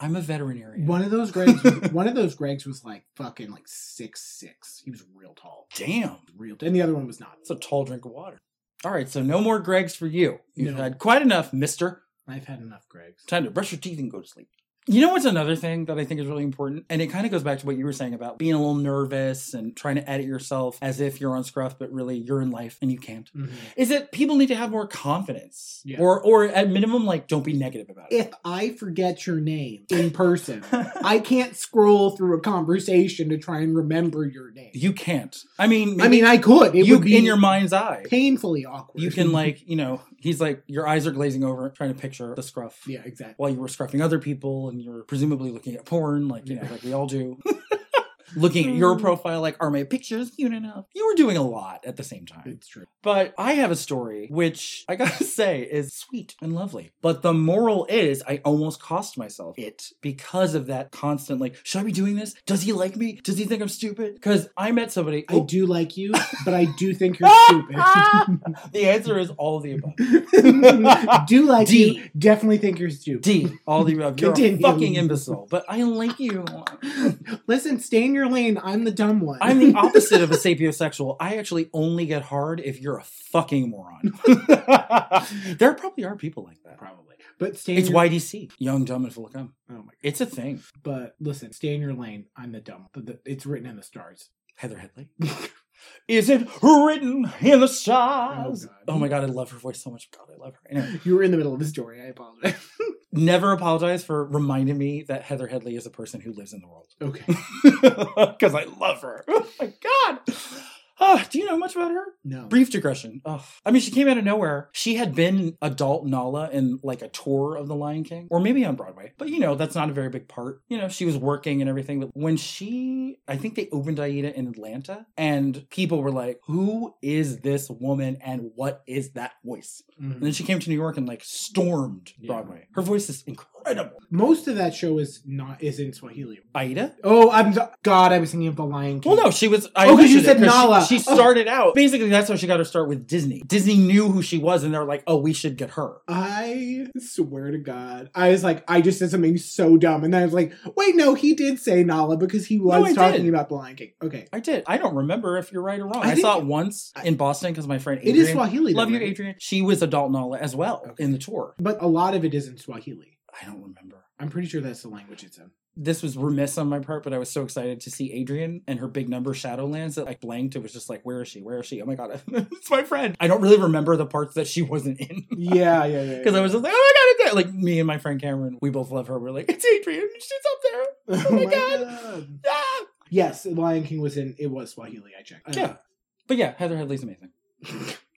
Speaker 2: I'm a veterinarian.
Speaker 1: One of those Gregs, one of those Gregs was like fucking like six six. He was real tall,
Speaker 2: Damn.
Speaker 1: real, and the other one was not.
Speaker 2: It's a tall drink of water. All right, so no more Greg's for you. You've
Speaker 1: No.
Speaker 2: had quite enough, mister.
Speaker 1: I've had enough Gregs.
Speaker 2: Time to brush your teeth and go to sleep. You know what's another thing that I think is really important? And it kind of goes back to what you were saying about being a little nervous and trying to edit yourself as if you're on Scruff, but really you're in life and you can't.
Speaker 1: Mhm.
Speaker 2: Is that people need to have more confidence.
Speaker 1: Yeah.
Speaker 2: Or or at minimum, like don't be negative about it.
Speaker 1: If I forget your name in person, I can't scroll through a conversation to try and remember your name.
Speaker 2: you can't. I mean maybe
Speaker 1: I mean, I could. It
Speaker 2: you
Speaker 1: would be
Speaker 2: in your mind's eye.
Speaker 1: painfully awkward.
Speaker 2: You can like, you know, he's like your eyes are glazing over trying to picture the scruff.
Speaker 1: yeah, exactly.
Speaker 2: while you were scruffing other people and you were presumably looking at porn, like you know, like we all do. looking at your
Speaker 1: Mm.
Speaker 2: profile like, are my pictures cute enough? You were doing a lot at the same time.
Speaker 1: It's true.
Speaker 2: But I have a story which I gotta say is sweet and lovely. But the moral is I almost cost myself it because of that constant like, should I be doing this? Does he like me? Does he think I'm stupid? Because I met somebody.
Speaker 1: I
Speaker 2: Oh,
Speaker 1: do like you, but I do think you're stupid.
Speaker 2: the answer is all of the above.
Speaker 1: do like
Speaker 2: D.
Speaker 1: you, definitely think you're stupid.
Speaker 2: D, all the above. You're a
Speaker 1: Continue.
Speaker 2: fucking imbecile. But I like you.
Speaker 1: Listen, stay in your lane. I'm the dumb one.
Speaker 2: I'm the opposite of a sapiosexual. I actually only get hard if you're a fucking moron. there probably are people like that.
Speaker 1: probably, but stay.
Speaker 2: It's
Speaker 1: in your,
Speaker 2: YDC, young, dumb, and full of cum.
Speaker 1: Oh my
Speaker 2: It's a thing.
Speaker 1: god! But listen, stay in your lane. I'm the dumb. The, the- it's written in the stars.
Speaker 2: Heather Headley. Is it written in the stars?
Speaker 1: Oh, God.
Speaker 2: Oh, my god, I love her voice so much. God, I love her. Anyway,
Speaker 1: You were in the middle of the story. I apologize.
Speaker 2: never apologize for reminding me that Heather Headley is a person who lives in the world.
Speaker 1: Okay.
Speaker 2: Because I love her. Oh my god. Ah, do you know much about her?
Speaker 1: No.
Speaker 2: Brief digression. Ugh. I mean, she came out of nowhere. She had been adult Nala in like a tour of The Lion King, or maybe on Broadway. But you know, that's not a very big part. You know, she was working and everything. But when she, I think they opened Aida in Atlanta, and people were like, "Who is this woman? And what is that voice?" And
Speaker 1: Mhm.
Speaker 2: then she came to New York and like stormed
Speaker 1: Yeah.
Speaker 2: Broadway. Her voice is incredible.
Speaker 1: Most of that show is not is in Swahili.
Speaker 2: Aida.
Speaker 1: Oh, I'm so- God. I was thinking of the Lion King.
Speaker 2: Well, no, she was. I
Speaker 1: Oh, 'cause you
Speaker 2: mentioned it
Speaker 1: said
Speaker 2: 'cause she-
Speaker 1: Nala.
Speaker 2: She,
Speaker 1: Oh.
Speaker 2: started out basically. That's how she got her start with Disney. Disney knew who she was, and they're like, "Oh, we should get her."
Speaker 1: I swear to God, I was like, I just said something so dumb, and then I was like, wait, no, he did say Nala because he was
Speaker 2: I
Speaker 1: talking
Speaker 2: did.
Speaker 1: about the Lion King. Okay,
Speaker 2: I did. I don't remember if you're right or wrong.
Speaker 1: I
Speaker 2: I, saw
Speaker 1: think-
Speaker 2: it once
Speaker 1: I-
Speaker 2: in Boston because my friend
Speaker 1: it
Speaker 2: Adrian.
Speaker 1: is Swahili. though,
Speaker 2: Love you,
Speaker 1: right?
Speaker 2: Adrian. She was adult Nala as well
Speaker 1: Okay.
Speaker 2: in the tour.
Speaker 1: But a lot of it is in Swahili.
Speaker 2: I don't remember.
Speaker 1: I'm pretty sure that's the language it's in.
Speaker 2: This was remiss on my part, but I was so excited to see Adrian and her big number Shadowlands that I blanked. It was just like, where is she? Where is she? Oh my god, it's my friend. I don't really remember the parts that she wasn't in.
Speaker 1: Yeah, yeah, yeah.
Speaker 2: Because I was just like, oh my god, it's there. Like me and my friend Cameron, we both love her. We're like, it's Adrian. She's up there.
Speaker 1: was,
Speaker 2: oh my God. Ah!
Speaker 1: Yes, Lion King was in. It was Swahili. I checked. Uh,
Speaker 2: Yeah. But yeah, Heather Headley's amazing.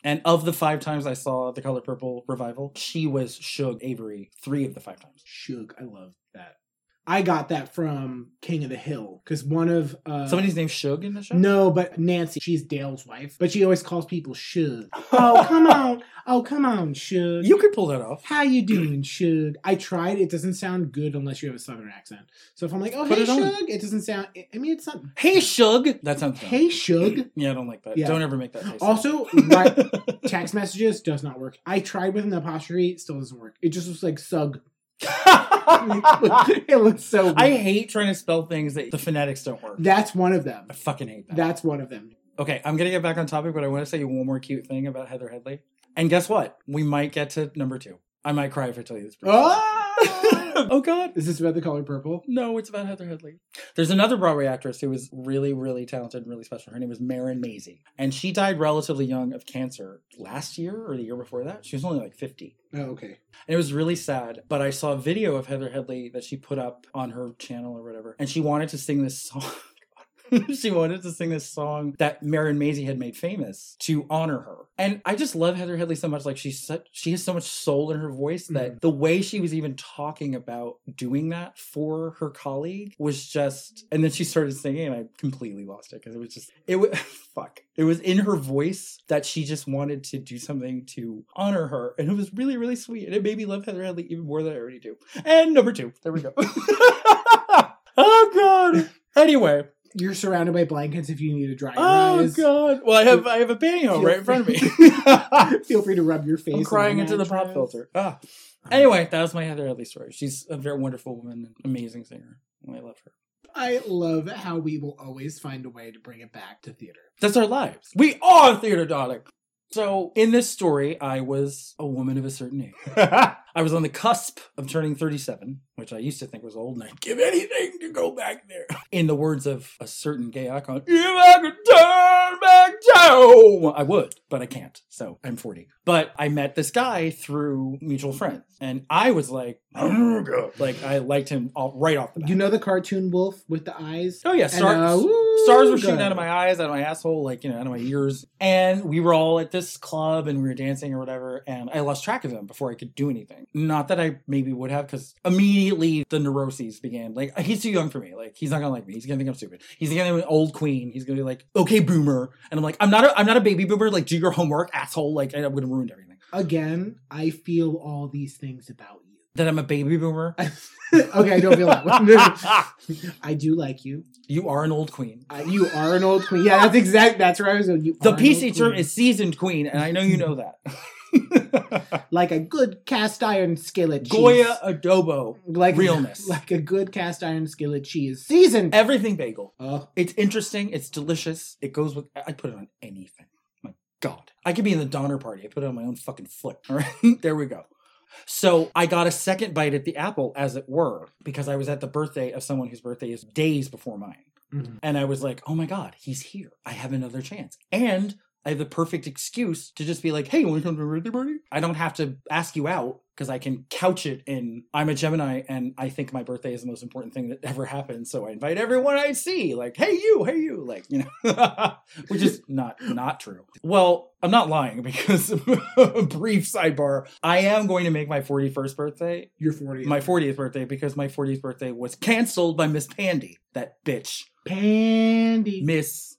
Speaker 2: And of the five times I saw the Color Purple revival, she was Suge Avery three of the five times.
Speaker 1: Shug. I love that. I got that from King of the Hill because one of uh,
Speaker 2: Somebody's named Suge in the show?
Speaker 1: No, but Nancy, she's Dale's wife, but she always calls people Shug. Oh come on! Oh come on, Shug.
Speaker 2: You could pull that off.
Speaker 1: How you doing, Shug? I tried. It doesn't sound good unless you have a southern accent. So if I'm like, oh
Speaker 2: Put
Speaker 1: hey
Speaker 2: it on.
Speaker 1: Shug, it doesn't sound. I mean, it's not.
Speaker 2: Hey Suge! That sounds dumb.
Speaker 1: Hey Shug.
Speaker 2: Yeah, I don't like that.
Speaker 1: Yeah.
Speaker 2: Don't ever make that face.
Speaker 1: Also, right, text messages does not work. I tried with an apostrophe, still doesn't work. It just looks like sug.
Speaker 2: I
Speaker 1: it looks so. Weird.
Speaker 2: hate trying to spell things that the phonetics don't work.
Speaker 1: That's one of them.
Speaker 2: I fucking hate that.
Speaker 1: That's one of them.
Speaker 2: Okay, I'm gonna get back on topic, but I want to say one more cute thing about Heather Headley. And guess what? We might get to number two. I might cry if I tell you this. brief story.
Speaker 1: Oh!
Speaker 2: oh God.
Speaker 1: Is this about the color purple?
Speaker 2: No, it's about Heather Headley. There's another Broadway actress who was really, really talented and really special. Her name was Marin Maisie. And she died relatively young of cancer last year or the year before that. She was only like 50.
Speaker 1: Oh, okay.
Speaker 2: And it was really sad. But I saw a video of Heather Headley that she put up on her channel or whatever. And she wanted to sing this song. she wanted to sing this song that Marin Maisie had made famous to honor her. And I just love Heather Headley so much. Like she's such, she has so much soul in her voice that the way she was even talking about doing that for her colleague was just. And then she started singing, and I completely lost it because it was just it was fuck. It was in her voice that she just wanted to do something to honor her, and it was really really sweet. And it made me love Heather Headley even more than I already do. And number two, there we go. oh god. Anyway,
Speaker 1: You're surrounded by blankets if you need to dry your
Speaker 2: Oh
Speaker 1: eyes.
Speaker 2: god! Well, I have I have a pantyhose
Speaker 1: Feel-
Speaker 2: right in front of me.
Speaker 1: Feel free to rub your face.
Speaker 2: I'm
Speaker 1: in
Speaker 2: crying
Speaker 1: the
Speaker 2: into the pop
Speaker 1: mattress.
Speaker 2: filter. Ah. Anyway, that was my Heather Headley story. She's a very wonderful woman, and amazing singer. and I love her.
Speaker 1: I love how we will always find a way to bring it back to theater.
Speaker 2: That's our lives. We are theater darling. So in this story, I was a woman of a certain age. I was on the cusp of turning 37, which I used to think was old, and I'd give anything to go back there. In the words of a certain gay icon, if I could turn back time, I would, but I can't. So I'm 40. But I met this guy through mutual friends, and I was like, "Oh, like I liked him all, right off the bat.
Speaker 1: You know the cartoon wolf with the eyes?
Speaker 2: oh yeah,
Speaker 1: And,
Speaker 2: Star,
Speaker 1: uh,
Speaker 2: stars were shooting out of my eyes, out of my asshole, like, you know, out of my ears. And we were all at this club and we were dancing or whatever. And I lost track of them before I could do anything. Not that I maybe would have, because immediately the neuroses began. Like, he's too young for me. Like, he's not going to like me. He's going to think I'm stupid. He's going to think I'm an old queen. He's going to be like, okay, boomer. And I'm like, I'm not a, I'm not a baby boomer. Like, do your homework, asshole. Like, and I'm going to ruin everything.
Speaker 1: Again, I feel all these things about you.
Speaker 2: That I'm a baby boomer.
Speaker 1: okay, I don't feel that one. I do like you.
Speaker 2: you are an old queen.
Speaker 1: Uh, you are an old queen. Yeah, that's exact. That's where I was going. You
Speaker 2: The
Speaker 1: are an
Speaker 2: PC
Speaker 1: old
Speaker 2: term
Speaker 1: queen.
Speaker 2: is seasoned queen, and I know you know that.
Speaker 1: like a good cast iron skillet.
Speaker 2: Goya
Speaker 1: cheese.
Speaker 2: adobo.
Speaker 1: like
Speaker 2: realness.
Speaker 1: like a good cast iron skillet cheese seasoned.
Speaker 2: Everything bagel.
Speaker 1: oh,
Speaker 2: It's interesting. It's delicious. It goes with. I put it on anything. My God. I could be in the Donner Party. I put it on my own fucking foot. All right. there we go. So I got a second bite at the apple, as it were, because I was at the birthday of someone whose birthday is days before mine.
Speaker 1: Mhm.
Speaker 2: And I was like, oh my God, he's here. I have another chance. And I have the perfect excuse to just be like, hey, you want to come to my birthday party? I don't have to ask you out because I can couch it in I'm a Gemini and I think my birthday is the most important thing that ever happened. So I invite everyone I see, like, hey, you, hey, you, like, you know, which is not, not true. Well, I'm not lying because brief sidebar, I am going to make my 41st birthday
Speaker 1: you're forty.
Speaker 2: my 40th birthday because my 40th birthday was canceled by Miss Pandy, that bitch.
Speaker 1: pandy,
Speaker 2: Miss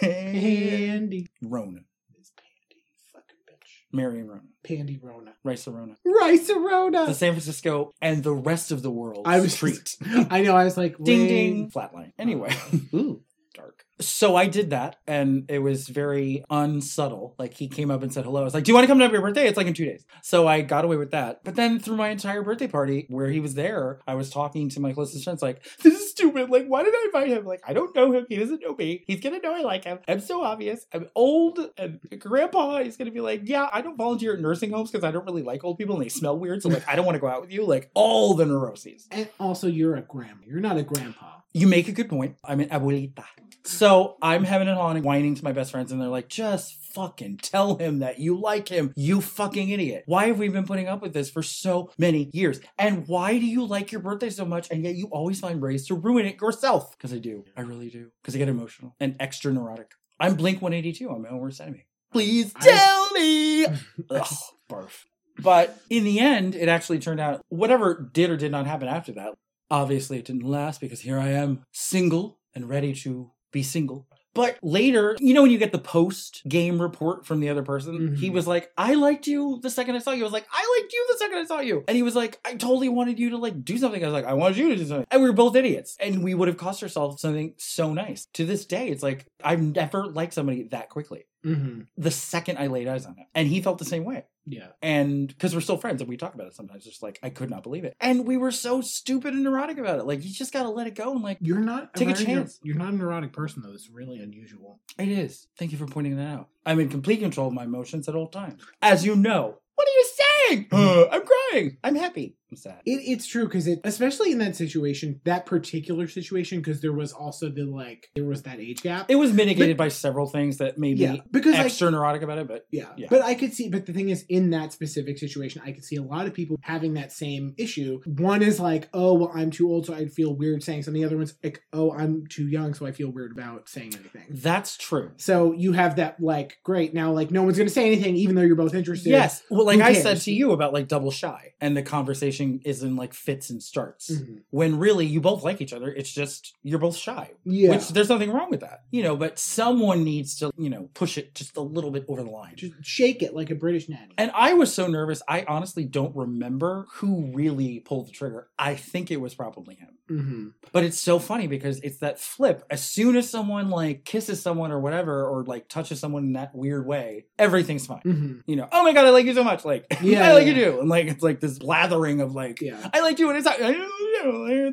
Speaker 2: Pan-
Speaker 1: pandy,
Speaker 2: Ronan.
Speaker 1: This pandy, fucking bitch,
Speaker 2: Marion Ronan.
Speaker 1: pandy Rona,
Speaker 2: Rice Ronan.
Speaker 1: rice
Speaker 2: The
Speaker 1: Rona.
Speaker 2: San Francisco and the rest of the world
Speaker 1: I was-
Speaker 2: street.
Speaker 1: I know. I was like,
Speaker 2: ding
Speaker 1: wait.
Speaker 2: ding. Flatline. Anyway.
Speaker 1: Ooh,
Speaker 2: Dark. So I did that and it was very unsubtle. Like he came up and said hello. I was like, Do you want to come to my birthday? It's like in two days. So I got away with that. But then through my entire birthday party where he was there, I was talking to my closest friends, like, This is stupid. Like, why did I invite him? Like, I don't know him. He doesn't know me. He's gonna know I like him. I'm so obvious. I'm old and grandpa is gonna be like, Yeah, I don't volunteer at nursing homes because I don't really like old people and they smell weird. So like I don't want to go out with you. Like all the neuroses.
Speaker 1: and also you're a grandma. You're not a grandpa.
Speaker 2: You make a good point. I'm an abuelita. So I'm having it on and whining to my best friends, and they're like, just fucking tell him that you like him, you fucking idiot. Why have we been putting up with this for so many years? And why do you like your birthday so much, and yet you always find ways to ruin it yourself? Because I do. I really do. Because I get emotional and extra neurotic. I'm Blink 182. I'm my own worst enemy. Please
Speaker 1: I-
Speaker 2: tell me. Ugh, barf. But in the end, it actually turned out whatever did or did not happen after that, obviously it didn't last because here I am single and ready to be single. But later, you know, when you get the post game report from the other person, he
Speaker 1: Mhm.
Speaker 2: was like, I liked you the second I saw you. I was like, I liked you the second I saw you. And he was like, I totally wanted you to like do something. I was like, I wanted you to do something. And we were both idiots. And we would have cost ourselves something so nice. To this day, it's like, I've never liked somebody that quickly
Speaker 1: Mm-hmm.
Speaker 2: the second I laid eyes on him. And he felt the same way.
Speaker 1: Yeah.
Speaker 2: And because we're still friends and we talk about it sometimes, just like I could not believe it. And we were so stupid and neurotic about it. Like you just gotta let it go and like
Speaker 1: You're not
Speaker 2: Take a
Speaker 1: very-
Speaker 2: chance.
Speaker 1: You're not a neurotic person though. It's really unusual.
Speaker 2: it is. Thank you for pointing that out. I'm in complete control of my emotions at all times. As you know. What are you saying?
Speaker 1: Mm-hmm.
Speaker 2: Uh, I'm crying. I'm happy. I'm sad.
Speaker 1: It, it's true because it, especially in that situation, that particular situation, because there was also the like there was that age gap.
Speaker 2: It was mitigated by several things that made
Speaker 1: yeah,
Speaker 2: me
Speaker 1: because I,
Speaker 2: extra neurotic about it, but
Speaker 1: yeah.
Speaker 2: Yeah.
Speaker 1: But I could see, but the thing is, in that specific situation, I could see a lot of people having that same issue. One is like, oh, well, I'm too old, so I'd feel weird saying something. The other one's like, oh, I'm too young, so I feel weird about saying anything.
Speaker 2: that's true.
Speaker 1: So you have that, like, great, now, like, no one's going to say anything, even though you're both interested.
Speaker 2: Yes. Well, like
Speaker 1: Who
Speaker 2: I said
Speaker 1: cares?
Speaker 2: to you about like double shy, and the conversation is in like fits and starts.
Speaker 1: Mhm.
Speaker 2: When really you both like each other, it's just you're both shy.
Speaker 1: Yeah.
Speaker 2: Which there's nothing wrong with that, you know, but someone needs to, you know, push it just a little bit over the line.
Speaker 1: Just shake it like a British nanny.
Speaker 2: And I was so nervous, I honestly don't remember who really pulled the trigger. I think it was probably him.
Speaker 1: mm-hmm.
Speaker 2: But it's so funny because it's that flip. As soon as someone like kisses someone or whatever, or like touches someone in that weird way, everything's fine.
Speaker 1: Mm-hmm.
Speaker 2: You know, oh my God, I like you so much. Like,
Speaker 1: Yeah,
Speaker 2: I like
Speaker 1: yeah.
Speaker 2: you too. And like, it's like this blathering of like,
Speaker 1: Yeah.
Speaker 2: I liked you and it's not,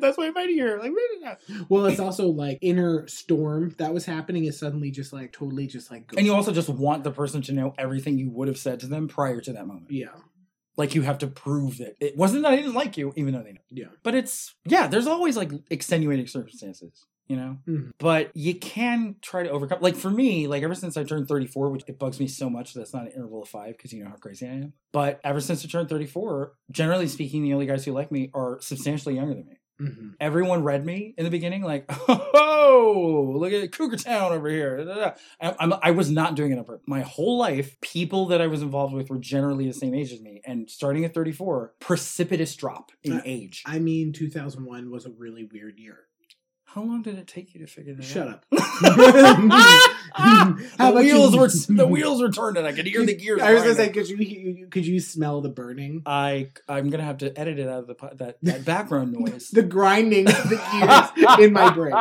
Speaker 2: that's why I'm fighting here. Like,
Speaker 1: Well, it's also like inner storm that was happening is suddenly just like totally just like.
Speaker 2: and you also just want the person to know everything you would have said to them prior to that moment.
Speaker 1: Yeah.
Speaker 2: like you have to prove that it wasn't that I didn't like you, even though they know.
Speaker 1: Yeah.
Speaker 2: But it's yeah, there's always like extenuating circumstances, you know.
Speaker 1: Mhm.
Speaker 2: But you can try to overcome. Like for me, like ever since I turned 34, which it bugs me so much that's not an interval of five because you know how crazy I am. But ever since I turned 34, generally speaking, the only guys who like me are substantially younger than me.
Speaker 1: hmm
Speaker 2: everyone read me in the beginning, like, oh, look at Cougar Town over here. da, da, da." I, I'm, I was not doing it on purpose. My whole life, people that I was involved with were generally the same age as me. And starting at 34, precipitous drop in
Speaker 1: Uh,
Speaker 2: age.
Speaker 1: I mean, 2001 was a really weird year.
Speaker 2: How long did it take you to figure that
Speaker 1: Shut up.
Speaker 2: out?
Speaker 1: How
Speaker 2: the
Speaker 1: about
Speaker 2: wheels
Speaker 1: you-
Speaker 2: were the wheels were turning. I could hear the gears.
Speaker 1: I was gonna
Speaker 2: grinding.
Speaker 1: say, could you, you could you smell the burning,
Speaker 2: I I'm gonna have to edit it out of the po- that, that background noise.
Speaker 1: the grinding of the gears in my brain?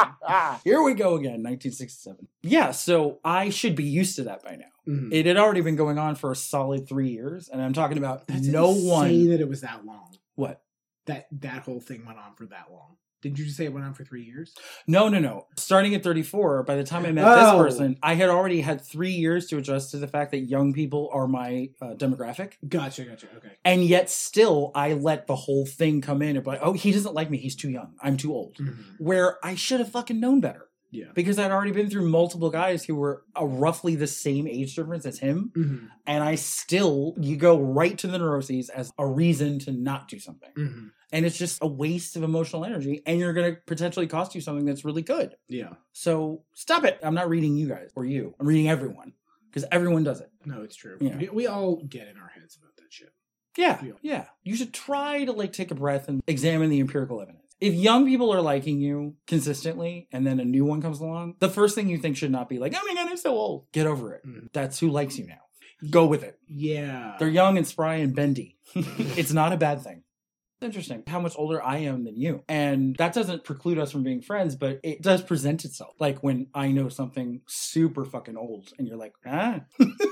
Speaker 2: Here we go again, 1967. Yeah, so I should be used to that by now.
Speaker 1: Mhm.
Speaker 2: It had already been going on for a solid three years, and I'm talking about
Speaker 1: That's
Speaker 2: no
Speaker 1: insane
Speaker 2: one.
Speaker 1: that it was that long.
Speaker 2: What?
Speaker 1: That that whole thing went on for that long. Did you just say it went on for three years?
Speaker 2: No, no, no. Starting at 34, by the time I met
Speaker 1: Oh.
Speaker 2: this person, I had already had three years to adjust to the fact that young people are my uh, demographic.
Speaker 1: Gotcha, gotcha. Okay.
Speaker 2: And yet, still, I let the whole thing come in. And be like, oh, he doesn't like me. He's too young. I'm too old.
Speaker 1: Mhm.
Speaker 2: Where I should have fucking known better.
Speaker 1: Yeah.
Speaker 2: because I'd already been through multiple guys who were uh, roughly the same age difference as him,
Speaker 1: Mhm.
Speaker 2: and I still you go right to the neuroses as a reason to not do something,
Speaker 1: Mhm.
Speaker 2: and it's just a waste of emotional energy, and you're gonna potentially cost you something that's really good.
Speaker 1: Yeah.
Speaker 2: So stop it. I'm not reading you guys or you. I'm reading everyone because everyone does it.
Speaker 1: No, it's true.
Speaker 2: Yeah.
Speaker 1: We, we all get in our heads about that shit.
Speaker 2: Yeah,
Speaker 1: Yeah.
Speaker 2: yeah. You should try to like take a breath and examine the empirical evidence. If young people are liking you consistently and then a new one comes along, the first thing you think should not be like, oh my God, I'm so old. Get over it.
Speaker 1: Mhm.
Speaker 2: That's who likes you now. Go with it.
Speaker 1: Yeah.
Speaker 2: They're young and spry and bendy. it's not a bad thing. It's interesting how much older I am than you. And that doesn't preclude us from being friends, but it does present itself. Like when I know something super fucking old and you're like, ah.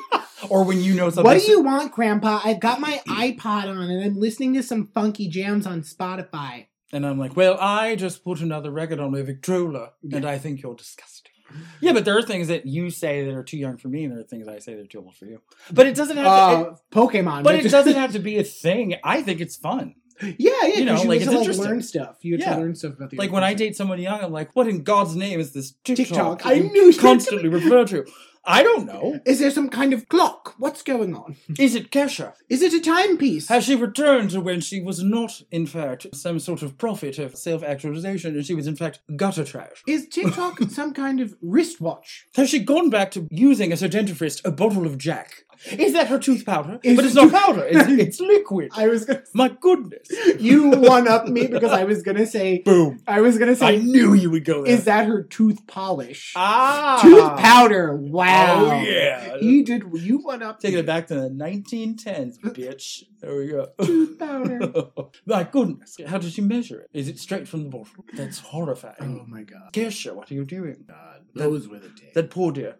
Speaker 2: or when you know something.
Speaker 1: what do
Speaker 2: su-
Speaker 1: you want, Grandpa? I've got my iPod on and I'm listening to some funky jams on Spotify.
Speaker 2: And I'm like, well, I just put another record on my Victrola, and I think you're disgusting. Yeah, but there are things that you say that are too young for me, and there are things I say that are too old for you. But it doesn't have to. it-
Speaker 1: Uh, Pokemon.
Speaker 2: but
Speaker 1: which
Speaker 2: it
Speaker 1: is-
Speaker 2: doesn't have to be a thing. I think it's fun.
Speaker 1: Yeah, yeah. 'cause You
Speaker 2: know, like,
Speaker 1: get
Speaker 2: it's
Speaker 1: to, like
Speaker 2: interesting.
Speaker 1: learn stuff. You get
Speaker 2: Yeah.
Speaker 1: to learn stuff about the
Speaker 2: Like
Speaker 1: other
Speaker 2: when I
Speaker 1: person.
Speaker 2: date someone young, I'm like, what in God's name is this TikTok?
Speaker 1: TikTok. I knew you
Speaker 2: constantly refer to. I don't know.
Speaker 1: Is there some kind of clock? What's going on?
Speaker 2: Is it Kesha?
Speaker 1: Is it a timepiece?
Speaker 2: Has she returned to when she was not, in fact, some sort of prophet of self-actualization, and she was in fact gutter trash?
Speaker 1: Is TikTok some kind of wristwatch?
Speaker 2: Has she gone back to using as her dentifrice a bottle of Jack? Is that her tooth powder?
Speaker 1: Is-
Speaker 2: but it's not powder, it's, it's liquid.
Speaker 1: I was gonna.
Speaker 2: My goodness.
Speaker 1: You one up me because I was gonna say.
Speaker 2: Boom.
Speaker 1: I was gonna
Speaker 2: I
Speaker 1: say.
Speaker 2: knew you would go there.
Speaker 1: Is that her tooth polish?
Speaker 2: ah.
Speaker 1: Tooth powder. Wow.
Speaker 2: Oh, yeah.
Speaker 1: You did. You one up.
Speaker 2: Taking
Speaker 1: me.
Speaker 2: it back to the 1910s, bitch. There we
Speaker 1: Tooth powder.
Speaker 2: go. My goodness. How did she measure it? Is it straight from the bottle? That's
Speaker 1: oh
Speaker 2: horrifying.
Speaker 1: my god.
Speaker 2: Kesha, what are you doing?
Speaker 1: God.
Speaker 2: That-
Speaker 1: Those were the days.
Speaker 2: That poor dear.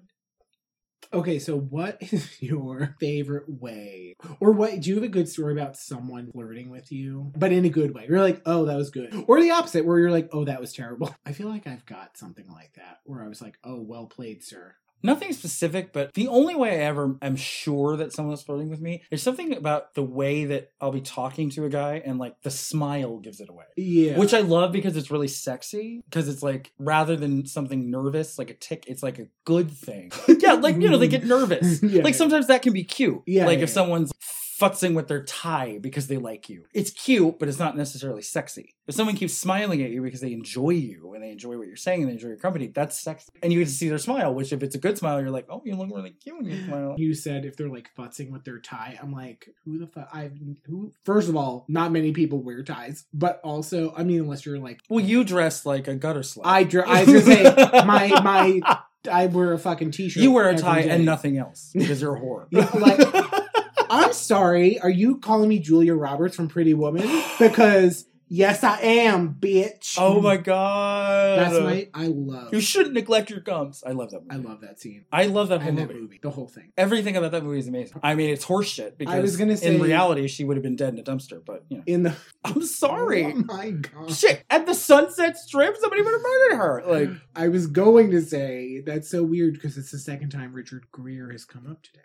Speaker 1: Okay, so what is your favorite way? Or what do you have a good story about someone flirting with you? But in a good way. You're like, oh, that was good. Or the opposite, where you're like, oh, that was terrible. I feel like I've got something like that where I was like, oh, well played, sir.
Speaker 2: Nothing specific, but the only way I ever am sure that someone's flirting with me is something about the way that I'll be talking to a guy and like the smile gives it away.
Speaker 1: Yeah.
Speaker 2: Which I love because it's really sexy. Because it's like rather than something nervous, like a tick, it's like a good thing. yeah, like you know, they get nervous.
Speaker 1: Yeah.
Speaker 2: Like sometimes that can be cute.
Speaker 1: Yeah,
Speaker 2: Like
Speaker 1: yeah,
Speaker 2: if
Speaker 1: yeah.
Speaker 2: someone's futzing with their tie because they like you. It's cute, but it's not necessarily sexy. If someone keeps smiling at you because they enjoy you and they enjoy what you're saying and they enjoy your company, that's sexy. And you get to see their smile, which if it's a good smile, you're like, oh, you look really cute when you smile.
Speaker 1: you said if they're like futzing with their tie, I'm like, who the fuck? I who? First of all, not many people wear ties, but also, I mean, unless you're like,
Speaker 2: Well, you dress like a gutter slut.
Speaker 1: I, dr- I was gonna say, my my I wear a fucking t-shirt.
Speaker 2: You wear a
Speaker 1: every
Speaker 2: tie
Speaker 1: day.
Speaker 2: and nothing else because you're a whore.
Speaker 1: Yeah, like- I'm sorry. Are you calling me Julia Roberts from Pretty Woman? Because yes, I am, bitch.
Speaker 2: oh my god.
Speaker 1: That's my. I love.
Speaker 2: You shouldn't neglect your gums. I love that movie.
Speaker 1: I love that scene.
Speaker 2: I love that whole
Speaker 1: And
Speaker 2: movie.
Speaker 1: that movie, the whole thing.
Speaker 2: Everything about that movie is amazing. I mean, it's horseshit because
Speaker 1: was gonna say-
Speaker 2: in reality she would have been dead in a dumpster. But you know,
Speaker 1: In the
Speaker 2: I'm
Speaker 1: Oh
Speaker 2: sorry.
Speaker 1: my god.
Speaker 2: Shit, at the Sunset Strip, somebody would have murdered her. Like,
Speaker 1: I was going to say that's so weird because it's the second time Richard Greer has come up today.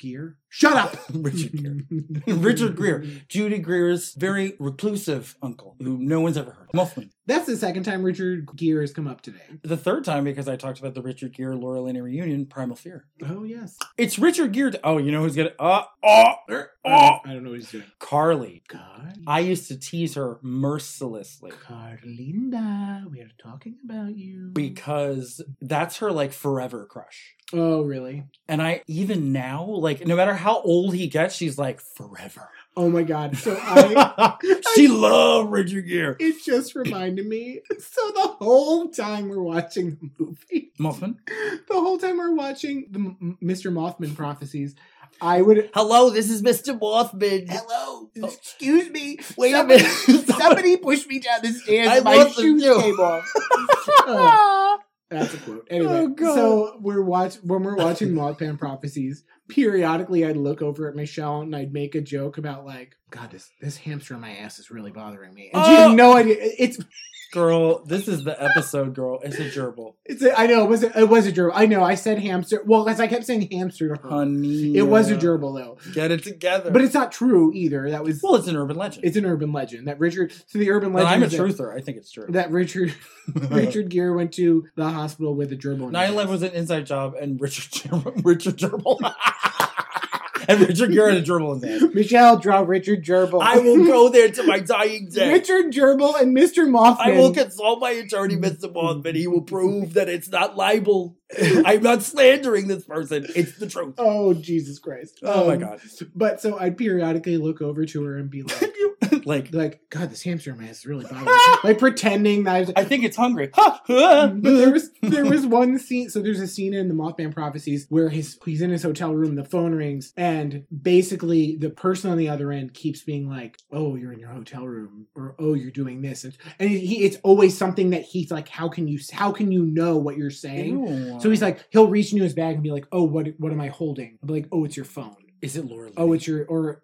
Speaker 1: Gear. Shut up.
Speaker 2: Richard Gere, Richard Gere. Judy Greer's very reclusive uncle, who no one's ever heard. of. Mufflin.
Speaker 1: That's the second time Richard Gere has come up today.
Speaker 2: The third time, because I talked about the Richard Gere Laura Linney reunion, Primal Fear.
Speaker 1: Oh yes.
Speaker 2: It's Richard Gere. oh, you know who's gonna? Uh, oh, er, oh,
Speaker 1: I don't know what he's doing.
Speaker 2: Carly.
Speaker 1: God.
Speaker 2: I used to tease her mercilessly
Speaker 1: Mm-hmm. Carlinda, we're talking about you.
Speaker 2: because that's her like forever crush.
Speaker 1: oh, really?
Speaker 2: And I even now, like, no matter how old he gets, she's like forever.
Speaker 1: Oh my God. So I.
Speaker 2: she loved Richard Gere.
Speaker 1: It just reminded me. So the whole time we're watching the movie,
Speaker 2: Mothman.
Speaker 1: the whole time we're watching the M- M- Mr. Mothman prophecies, I would. Oh,
Speaker 2: Hello, this is Mr. Mothman. Oh.
Speaker 1: Hello, excuse me.
Speaker 2: Wait a minute.
Speaker 1: pushed me down the stairs.
Speaker 2: I
Speaker 1: and my
Speaker 2: wasn't
Speaker 1: shoes
Speaker 2: you.
Speaker 1: came off. Oh. That's a quote. Anyway,
Speaker 2: Oh, God.
Speaker 1: so we're watch when we're watching Mothman prophecies. Periodically, I'd look over at Michelle and I'd make a joke about like, God, this this hamster in my ass is really bothering me, and she
Speaker 2: Oh.
Speaker 1: had no idea. It- It's
Speaker 2: girl, this is the episode, girl. It's a gerbil.
Speaker 1: it's a, I know it was a, it was a gerbil. I know I said hamster. Well, because I kept saying hamster to her.
Speaker 2: Honey.
Speaker 1: It was a gerbil though,
Speaker 2: Get it together.
Speaker 1: but it's not true either. That was
Speaker 2: well, it's an urban legend.
Speaker 1: it's an urban legend that Richard. So the urban
Speaker 2: But
Speaker 1: legend.
Speaker 2: I'm a
Speaker 1: is that-
Speaker 2: truther. I think it's true.
Speaker 1: That Richard Richard Gere went to the hospital with a gerbil. in his
Speaker 2: 9 11 was an inside job, and Richard Ger- Richard Gerbil. and Richard Gere had a gerbil in his hand.
Speaker 1: hand. Michelle draw Richard gerbil.
Speaker 2: I will go there to my dying day.
Speaker 1: Richard Gerbil and Mr. Mothman.
Speaker 2: I will consult my attorney, Mr. Mothman. He will prove that it's not libel. I'm not slandering this person. It's the truth.
Speaker 1: oh Jesus Christ!
Speaker 2: Oh my
Speaker 1: Um,
Speaker 2: god!
Speaker 1: But so I'd periodically look over to her and be like,
Speaker 2: like
Speaker 1: like God, this hamster man is really bothering me. like pretending that I was.
Speaker 2: I think it's hungry. Ha!
Speaker 1: but
Speaker 2: Ha!
Speaker 1: there was there was one scene. So there's a scene in the Mothman prophecies where his he's in his hotel room, the phone rings, and basically the person on the other end keeps being like, "Oh, you're in your hotel room," or "Oh, you're doing this," and, and he, it's always something that he's like, "How can you how can you know what you're saying?" So he's like, he'll reach into his bag and be like, "Oh, what what am I holding?" I'll be like, "Oh, it's your phone."
Speaker 2: "Is it Laura?"
Speaker 1: Oh, it's your or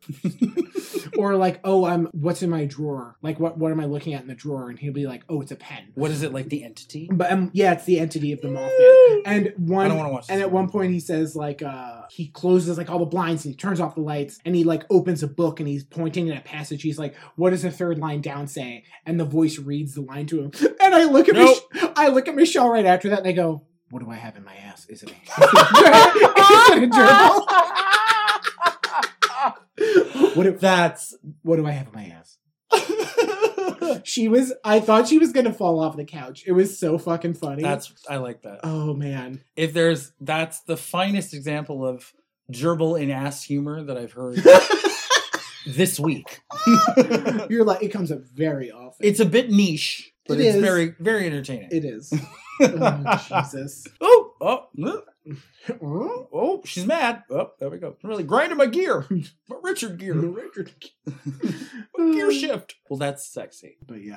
Speaker 1: or like, "Oh, I'm what's in my drawer?" Like, what what am I looking at in the drawer? And he'll be like, "Oh, it's a pen."
Speaker 2: what is it like? The entity?
Speaker 1: But um, yeah, it's the entity of the Mothman. And
Speaker 2: I
Speaker 1: one
Speaker 2: don't want to watch. This
Speaker 1: and at one point he says like uh he closes like all the blinds and he turns off the lights and he like opens a book and he's pointing at a passage. He's like, "What does the third line down say?" And the voice reads the line to him. And I look at
Speaker 2: Nope.
Speaker 1: Mich- I look at Michelle right after that and I go, "What do I have in my ass? Is it a, is it a gerbil? What do,
Speaker 2: That's
Speaker 1: what do I have in my ass?" She was. I thought she was gonna fall off the couch. It was so fucking funny.
Speaker 2: that's. I like that.
Speaker 1: oh man.
Speaker 2: If there's, that's the finest example of gerbil in ass humor that I've heard this week.
Speaker 1: You're like it comes up very often.
Speaker 2: It's a bit niche, but
Speaker 1: It
Speaker 2: it's
Speaker 1: is.
Speaker 2: very, very entertaining.
Speaker 1: it is. oh, Jesus.
Speaker 2: oh, oh, mm,
Speaker 1: Oh,
Speaker 2: oh, she's mad. Oh, there we go. Really grinding my gear. My Richard gear.
Speaker 1: Richard.
Speaker 2: gear shift. Well, that's sexy.
Speaker 1: But yeah.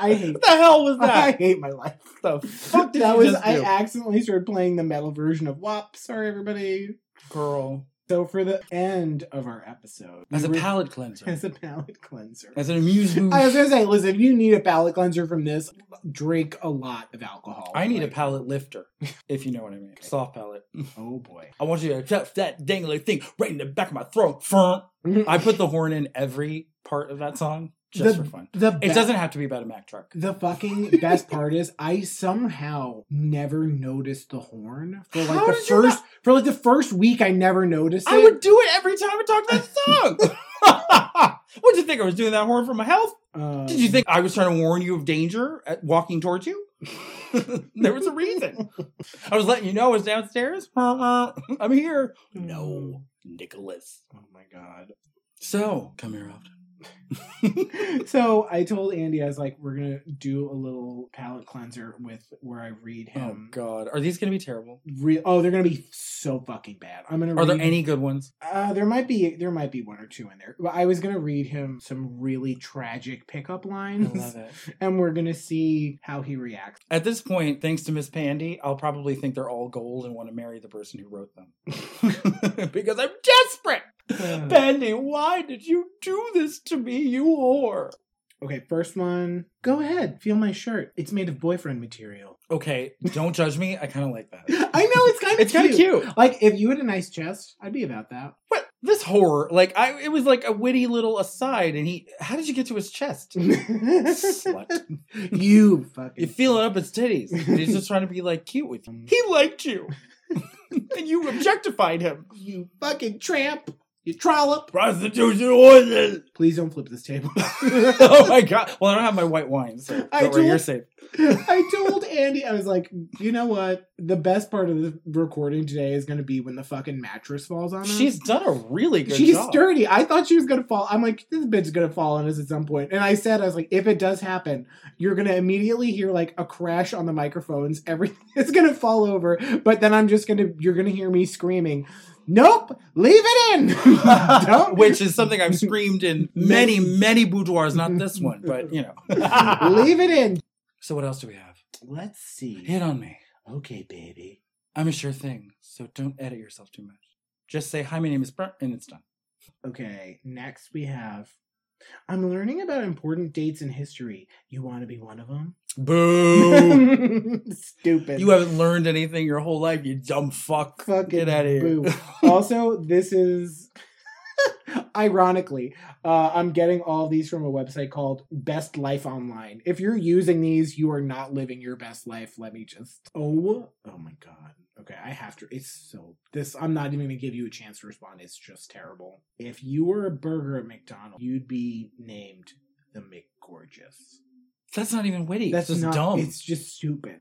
Speaker 2: I
Speaker 1: hate-
Speaker 2: What the hell was
Speaker 1: I
Speaker 2: that?
Speaker 1: hate my life.
Speaker 2: the fuck did
Speaker 1: that
Speaker 2: you
Speaker 1: was
Speaker 2: just
Speaker 1: I
Speaker 2: do?
Speaker 1: accidentally started playing the metal version of WAP. Sorry everybody.
Speaker 2: Girl.
Speaker 1: So for the end of our episode.
Speaker 2: As a
Speaker 1: we were-
Speaker 2: palate cleanser.
Speaker 1: as a palate cleanser.
Speaker 2: As an amusement.
Speaker 1: I was gonna say, listen, if you need a palate cleanser from this, drink a lot of alcohol.
Speaker 2: I need a
Speaker 1: Like,
Speaker 2: palate lifter, if you know what I mean. Soft palate.
Speaker 1: Oh boy.
Speaker 2: I want you to touch that dangly thing right in the back of my throat. Frrrr. I put the horn in every part of that song just
Speaker 1: The-
Speaker 2: for fun.
Speaker 1: The
Speaker 2: It
Speaker 1: best-
Speaker 2: doesn't have to be about a Mack truck.
Speaker 1: The fucking best part is I somehow never noticed the horn for like
Speaker 2: How
Speaker 1: the
Speaker 2: did you not-
Speaker 1: first for like the first week I never noticed it.
Speaker 2: I would do it every time I talked that song. What'd you think I was doing that horn for my health?
Speaker 1: Um,
Speaker 2: Did you think I was trying to warn you of danger at walking towards you? there was a reason. I was letting you know I was downstairs. I'm here. No, Nicholas.
Speaker 1: Oh my god.
Speaker 2: So come here often.
Speaker 1: so I told Andy I was like, we're gonna do a little palate cleanser with where I read
Speaker 2: Oh
Speaker 1: him.
Speaker 2: God, are these going to be terrible?
Speaker 1: Re- oh, they're gonna be so fucking bad. I'm gonna.
Speaker 2: Are
Speaker 1: read,
Speaker 2: there any good ones?
Speaker 1: Uh, there might be. There might be one or two in there. But I was gonna read him some really tragic pickup
Speaker 2: I love
Speaker 1: lines,
Speaker 2: it.
Speaker 1: and we're gonna see how he reacts.
Speaker 2: At this point, thanks to Miss Pandy, I'll probably think they're all gold and want to marry the person who wrote them because I'm desperate. Pandy, why did you do this to me, you whore?
Speaker 1: Okay, first one. Go ahead, feel my shirt. It's made of boyfriend material.
Speaker 2: Okay, don't judge me. I kind of like that.
Speaker 1: I know it's kind of
Speaker 2: It's kind of cute.
Speaker 1: Like if you had a nice chest, I'd be about that.
Speaker 2: What? this horror, like I, it was like a witty little aside. And he, how did you get to his chest? Slut.
Speaker 1: you fucking.
Speaker 2: You feel it up his titties. He's just trying to be like cute with you. He liked you, and you objectified him.
Speaker 1: You fucking tramp. You trollop.
Speaker 2: Prostitution was
Speaker 1: Please don't flip this table.
Speaker 2: oh my god! Well, I don't have my white wine, so
Speaker 1: I
Speaker 2: don't worry,
Speaker 1: do-
Speaker 2: you're safe.
Speaker 1: I told Andy, I was like, you know what? The best part of the recording today is going to be when the fucking mattress falls on us.
Speaker 2: She's done a really good
Speaker 1: She's
Speaker 2: job.
Speaker 1: sturdy. I thought she was gonna fall. I'm like, this bitch is gonna fall on us at some point. And I said, I was like, if it does happen, you're gonna immediately hear like a crash on the microphones. Everything is gonna fall over. But then I'm just gonna, you're gonna hear me screaming, "Nope, leave it in." Don't.
Speaker 2: Which is something I've screamed in many, many boudoirs. Not this one, but you know.
Speaker 1: leave it in.
Speaker 2: so what else do we have?
Speaker 1: Let's see.
Speaker 2: Hit on me.
Speaker 1: Okay, baby.
Speaker 2: I'm a sure thing, so don't edit yourself too much. Just say hi. My name is Brent, and it's done.
Speaker 1: Okay. Next we have. I'm learning about important dates in history. You want to be one of them?
Speaker 2: Boo!
Speaker 1: Stupid.
Speaker 2: you haven't learned anything your whole life. You dumb fuck.
Speaker 1: Fucking
Speaker 2: Get out of here.
Speaker 1: boo. also, this is ironically, uh, I'm getting all these from a website called Best Life Online. If you're using these, you are not living your best life. Let me just. Oh, oh my god. Okay, I have to. It's so this. I'm not even gonna give you a chance to respond. It's just terrible. If you were a burger at McDonald's, you'd be named the McGorgeous.
Speaker 2: That's not even witty.
Speaker 1: That's
Speaker 2: That's
Speaker 1: not.
Speaker 2: just dumb.
Speaker 1: It's just stupid.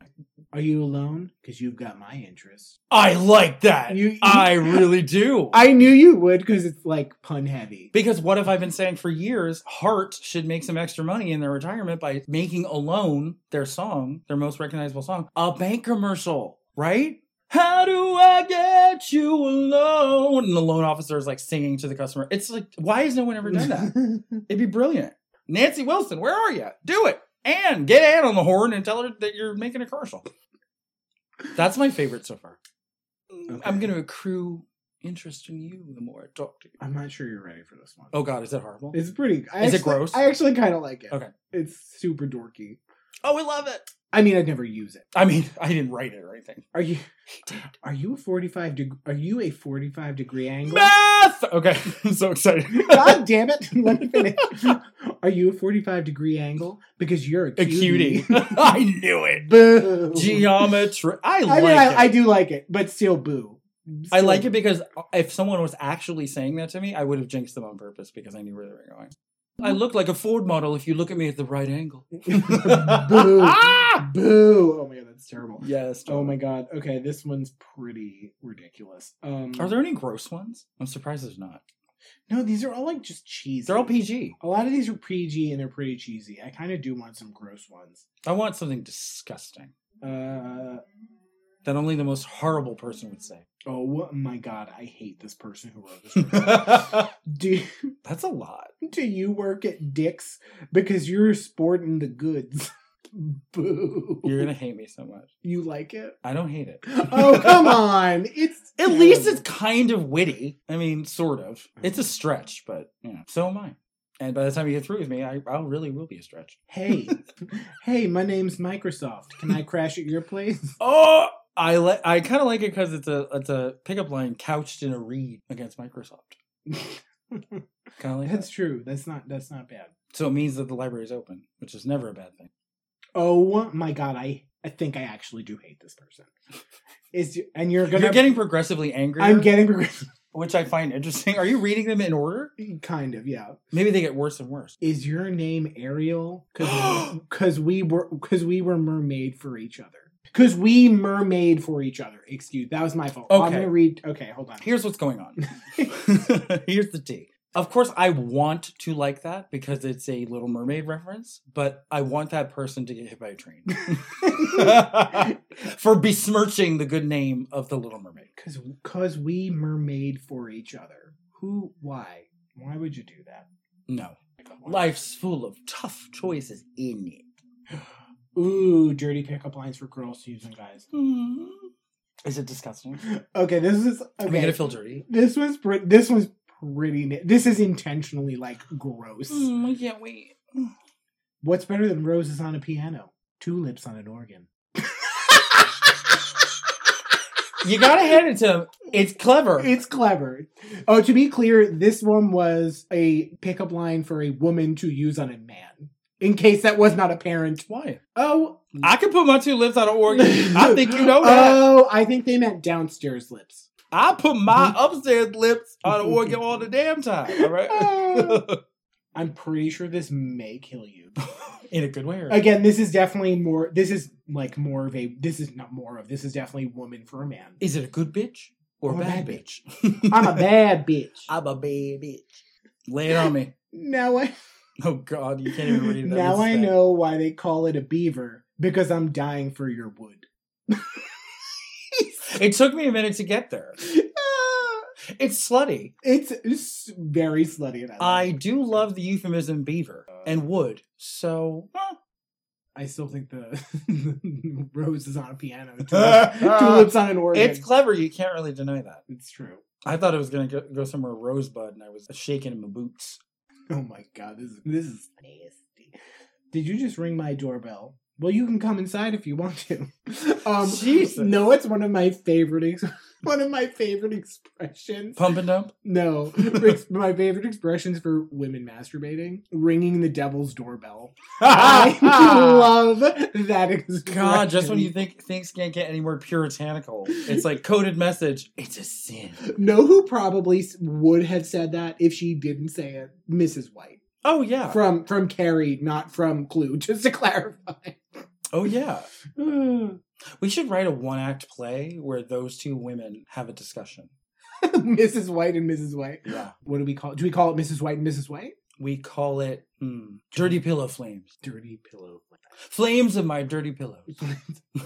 Speaker 1: Are you alone? Because you've got my interest.
Speaker 2: I like that.
Speaker 1: You-
Speaker 2: I really do.
Speaker 1: I knew you would because it's like pun heavy.
Speaker 2: Because what have I been saying for years? Heart should make some extra money in their retirement by making Alone, their song, their most recognizable song, a bank commercial, right? How do I get you alone? And the loan officer is like singing to the customer. It's like, why has no one ever done that? It'd be brilliant. Nancy Wilson, where are you? Do it. And get Anne on the horn and tell her that you're making a commercial. That's my favorite so far. I'm
Speaker 1: Okay.
Speaker 2: going to accrue interest in you the more I talk to you.
Speaker 1: I'm not sure you're ready for this one.
Speaker 2: Oh, God, is that horrible?
Speaker 1: It's pretty. I
Speaker 2: Is it
Speaker 1: actually-
Speaker 2: gross?
Speaker 1: I actually kind of like it.
Speaker 2: Okay.
Speaker 1: It's super dorky.
Speaker 2: Oh, we love it.
Speaker 1: I mean, I'd never use it.
Speaker 2: I mean, I didn't write it or anything.
Speaker 1: Are you? Are you a 45 degree? Are you a 45 degree angle?
Speaker 2: Math. Okay, I'm so excited.
Speaker 1: God damn it! Let me finish. Are you a 45 degree angle? Because you're a
Speaker 2: A
Speaker 1: cutie.
Speaker 2: cutie. I knew it.
Speaker 1: boo.
Speaker 2: Geometry. I
Speaker 1: I
Speaker 2: like
Speaker 1: mean, I, I
Speaker 2: it.
Speaker 1: do like it, but still boo.
Speaker 2: I, like
Speaker 1: Still-
Speaker 2: it because uh, if someone was actually saying that to me, I would have jinxed them on purpose because I knew where they were going. I look like a Ford model if you look at me at the right angle.
Speaker 1: Boo. Boo. Oh my god, that's terrible.
Speaker 2: Yes.
Speaker 1: Oh
Speaker 2: totally.
Speaker 1: my god. Okay, this one's pretty ridiculous. Um
Speaker 2: Are there any gross ones? I'm surprised there's not.
Speaker 1: No, these are all like just cheesy.
Speaker 2: They're all PG.
Speaker 1: A lot of these are PG and they're pretty cheesy. I kind of do want some gross ones.
Speaker 2: I want something disgusting
Speaker 1: Uh
Speaker 2: that only the most horrible person would say.
Speaker 1: oh my god, I hate this person who wrote this. report.
Speaker 2: That's
Speaker 1: do
Speaker 2: a lot.
Speaker 1: do you work at Dick's because you're sporting the goods? Boo.
Speaker 2: You're gonna hate me so much.
Speaker 1: you like it?
Speaker 2: I don't hate it.
Speaker 1: Oh come on! It's
Speaker 2: At least
Speaker 1: terrible.
Speaker 2: it's kind of witty. I mean, sort of. It's a
Speaker 1: Mm-hmm.
Speaker 2: stretch, but you know, so am I. And by the time you get through with me, I, I really will be a stretch.
Speaker 1: hey, hey. My name's Microsoft. Can I crash at your place?
Speaker 2: Oh, I li- I kind of like it because it's a it's a pickup line couched in a read against Microsoft. Kind of like
Speaker 1: That's
Speaker 2: that.
Speaker 1: true. That's not that's not bad.
Speaker 2: So it means that the library is open, which is never a bad thing.
Speaker 1: Oh my god, I I think I actually do hate this person. Is and you're gonna
Speaker 2: You're getting progressively angry,
Speaker 1: I'm getting progressive
Speaker 2: which I find interesting. Are you reading them in order?
Speaker 1: kind of yeah.
Speaker 2: Maybe they get worse and worse.
Speaker 1: Is your name Ariel? Because we were because we were mermaid for each other. Because we mermaid for each other. Excuse that was my fault. I'm
Speaker 2: Okay.
Speaker 1: gonna read. Okay, hold on.
Speaker 2: Here's what's going on. Here's the tea. Of course, I want to like that because it's a Little Mermaid reference, but I want that person to get hit by a train for besmirching the good name of the Little Mermaid.
Speaker 1: Because because we mermaid for each other. Who? Why? Why would you do that?
Speaker 2: No. Life's full of tough choices in it.
Speaker 1: Ooh, dirty pickup lines for girls to use on guys.
Speaker 2: Mm-hmm. Is it disgusting?
Speaker 1: Okay, this is
Speaker 2: Am I going
Speaker 1: okay.
Speaker 2: to feel dirty?
Speaker 1: This was pretty. This was pretty. ni- This is intentionally like gross.
Speaker 2: Mm, I can't wait.
Speaker 1: What's better than roses on a piano? Tulips on an organ.
Speaker 2: You gotta hand it to him. It's clever.
Speaker 1: It's clever. Oh, to be clear, this one was a pickup line for a woman to use on a man, in case that was not apparent.
Speaker 2: Why?
Speaker 1: Oh,
Speaker 2: I can put my two lips out of order. I think you know that.
Speaker 1: Oh, I think they meant downstairs lips.
Speaker 2: I put my upstairs lips out of order all the damn time. All right.
Speaker 1: Oh. I'm pretty sure this may kill you.
Speaker 2: In a good way. Or
Speaker 1: Again, this is definitely more. This is like more of a. This is not more of. This is definitely woman for a man.
Speaker 2: Is it a good bitch or a
Speaker 1: Or a
Speaker 2: bad,
Speaker 1: bad
Speaker 2: bitch?
Speaker 1: I'm a bad bitch.
Speaker 2: I'm a bad bitch. Lay it on me.
Speaker 1: now I.
Speaker 2: Oh God, you can't even read it.
Speaker 1: now
Speaker 2: It's
Speaker 1: I
Speaker 2: that-
Speaker 1: know why they call it a beaver because I'm dying for your wood.
Speaker 2: It took me a minute to get there.
Speaker 1: Ah,
Speaker 2: It's slutty.
Speaker 1: it's s- very slutty. and I,
Speaker 2: I
Speaker 1: love it.
Speaker 2: do love the euphemism beaver and wood. So eh.
Speaker 1: I still think the rose is on a piano, tulips, tulips on an organ.
Speaker 2: it's clever. You can't really deny that.
Speaker 1: It's true.
Speaker 2: I thought it was gonna go, go somewhere rosebud, and I was shaking in my boots.
Speaker 1: Oh my god, this is this is nasty. Did you just ring my doorbell? Well, you can come inside if you want to. Um,
Speaker 2: Jesus.
Speaker 1: No, it's one of my favorite ex- one of my favorite expressions.
Speaker 2: Pump and dump.
Speaker 1: No, it's my favorite expressions for women masturbating: ringing the devil's doorbell. I love that expression.
Speaker 2: God, just when you think things can't get any more puritanical, it's like coded message. It's a sin.
Speaker 1: know who probably s- would have said that if she didn't say it, Mrs. White
Speaker 2: Oh yeah.
Speaker 1: from from Carrie, not from Clue. Just to clarify.
Speaker 2: Oh yeah. Hmm. We should write a one act play where those two women have a discussion.
Speaker 1: Mrs. White and Mrs. White.
Speaker 2: Yeah.
Speaker 1: What do we call? Do we call it Mrs. White and Mrs. White?
Speaker 2: We call it hmm, Dirty Pillow Flames.
Speaker 1: Dirty pillow.
Speaker 2: Flames of my dirty pillow.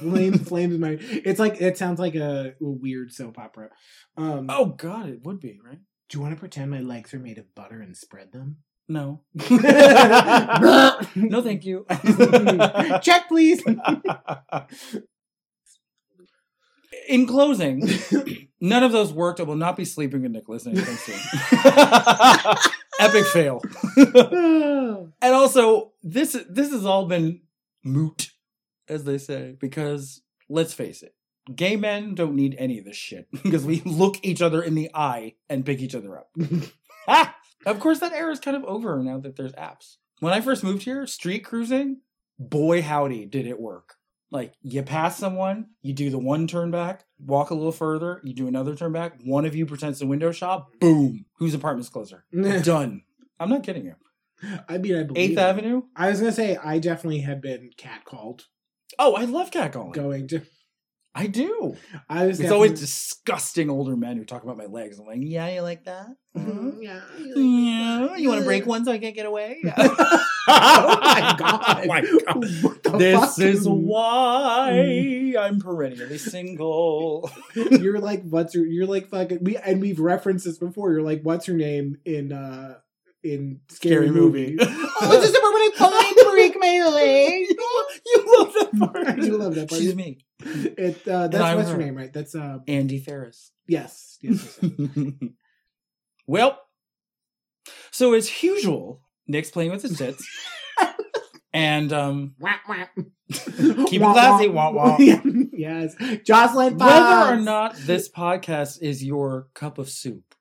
Speaker 1: Flame, flames. My. It's like it sounds like a, weird soap opera. Um,
Speaker 2: Oh god, it would be, right?
Speaker 1: Do you want to pretend my legs are made of butter and spread them?
Speaker 2: No.
Speaker 1: no,
Speaker 2: No, thank you.
Speaker 1: Check, please.
Speaker 2: In closing, none of those worked. I will not be sleeping with Nicholas anytime soon. Epic fail.
Speaker 1: That's
Speaker 2: And also, this this has all been moot, as they say, because let's face it, gay men don't need any of this shit because we look each other in the eye and pick each other up. Ah! of course, that era is kind of over now that there's apps. When I first moved here, street cruising, boy howdy, did it work. Like you pass someone, you do the one turn back, walk a little further, you do another turn back. One of you pretends to window shop. Boom, whose apartment's closer? Done. I'm not kidding you.
Speaker 1: I mean, I believe. it.
Speaker 2: Eighth Avenue,
Speaker 1: I was gonna say I definitely have been catcalled
Speaker 2: Oh, I love catcalling.
Speaker 1: going to.
Speaker 2: I do.
Speaker 1: I was.
Speaker 2: It's always
Speaker 1: definitely-
Speaker 2: disgusting older men who talk about my legs. I'm like, yeah, you like that? Mhm.
Speaker 1: Mhm, yeah.
Speaker 2: Yeah, you want to break one so I can't get away?
Speaker 1: oh my god!
Speaker 2: Oh my God.
Speaker 1: What the
Speaker 2: This
Speaker 1: fuck?
Speaker 2: is why I'm perennially single.
Speaker 1: you're like what's your you're like fucking we and we've referenced this before. You're like what's your name in uh in scary,
Speaker 2: Scary
Speaker 1: movie. Oh,
Speaker 2: movie.
Speaker 1: is where when I finally break my leg?
Speaker 2: you love that part.
Speaker 1: I do love that part.
Speaker 2: She's me,
Speaker 1: It, uh,
Speaker 2: And
Speaker 1: that's
Speaker 2: I'm
Speaker 1: what's your
Speaker 2: her.
Speaker 1: name, right? That's uh
Speaker 2: Andy Ferris.
Speaker 1: yes. yes, yes.
Speaker 2: well, so as usual, Nick's playing with his tits, and um,
Speaker 1: Wah, wah.
Speaker 2: Keep it
Speaker 1: Wah,
Speaker 2: classy, wah, wah.
Speaker 1: yes. Jocelyn
Speaker 2: Whether or
Speaker 1: Fox.
Speaker 2: not this podcast is your cup of soup,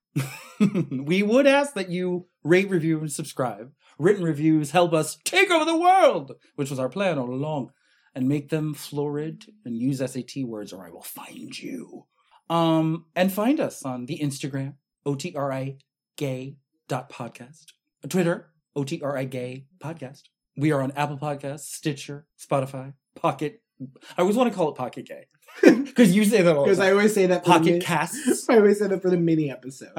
Speaker 2: we would ask that you rate, review, and subscribe. Written reviews help us take over the world, which was our plan all along, and make them florid and use SAT words, or I will find you. Um, and find us on the Instagram, OTRI gay dot podcast, Twitter, OTRI gay podcast. We are on Apple Podcasts, Stitcher, Spotify, Pocket. I always want to call it Pocket Gay because you say that all the
Speaker 1: Because
Speaker 2: time.
Speaker 1: I always say that for the
Speaker 2: Pocket Uh-huh.
Speaker 1: mini-
Speaker 2: casts.
Speaker 1: I always say that for the mini episode.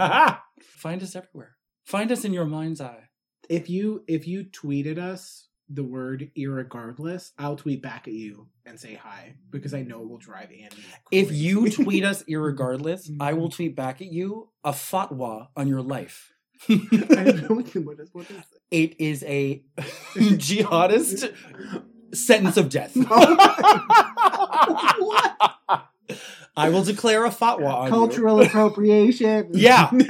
Speaker 2: Find us everywhere. Find us in your mind's eye.
Speaker 1: if you if you tweeted us the word irregardless, I'll tweet back at you and say hi because I know it will drive Andy.
Speaker 2: If
Speaker 1: crazy.
Speaker 2: you tweet us irregardless, I will tweet back at you a fatwa on your life.
Speaker 1: I don't know what, what is what is it?
Speaker 2: it is a jihadist sentence of death. I will declare a fatwa on you.
Speaker 1: Cultural appropriation.
Speaker 2: Yeah.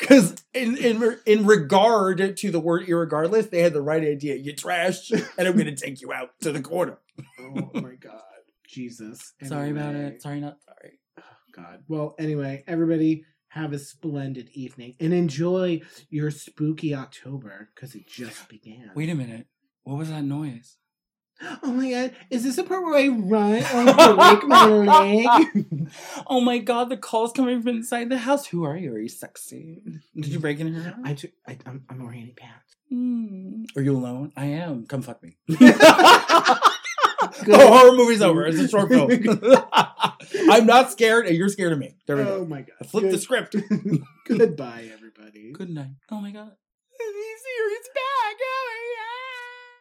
Speaker 2: Because in, in in regard to the word irregardless, they had the right idea. You trash, and I'm going to take you out to the corner.
Speaker 1: oh my god, Jesus.
Speaker 2: Sorry about
Speaker 1: Anyway. Oh
Speaker 2: it. Sorry, not sorry.
Speaker 1: God. Well, anyway, everybody have a splendid evening and enjoy your spooky October because it just began.
Speaker 2: Wait a minute. What was that noise?
Speaker 1: Oh my God, is this a part where I run and break my leg?
Speaker 2: oh my god, the call's coming from inside the house. Who are you? Are you sexy? Did you break in here?
Speaker 1: I took, I, I'm, I'm wearing pants.
Speaker 2: Mm. Are you alone? I am. Come fuck me.
Speaker 1: Good.
Speaker 2: The Oh, horror movie's over. It's a short film. I'm not scared, and you're scared of me. There we
Speaker 1: Oh
Speaker 2: go.
Speaker 1: my God.
Speaker 2: I flipped the
Speaker 1: Good-
Speaker 2: script.
Speaker 1: Goodbye, everybody.
Speaker 2: Good night. Oh my god. He's here. He's back. Oh my god.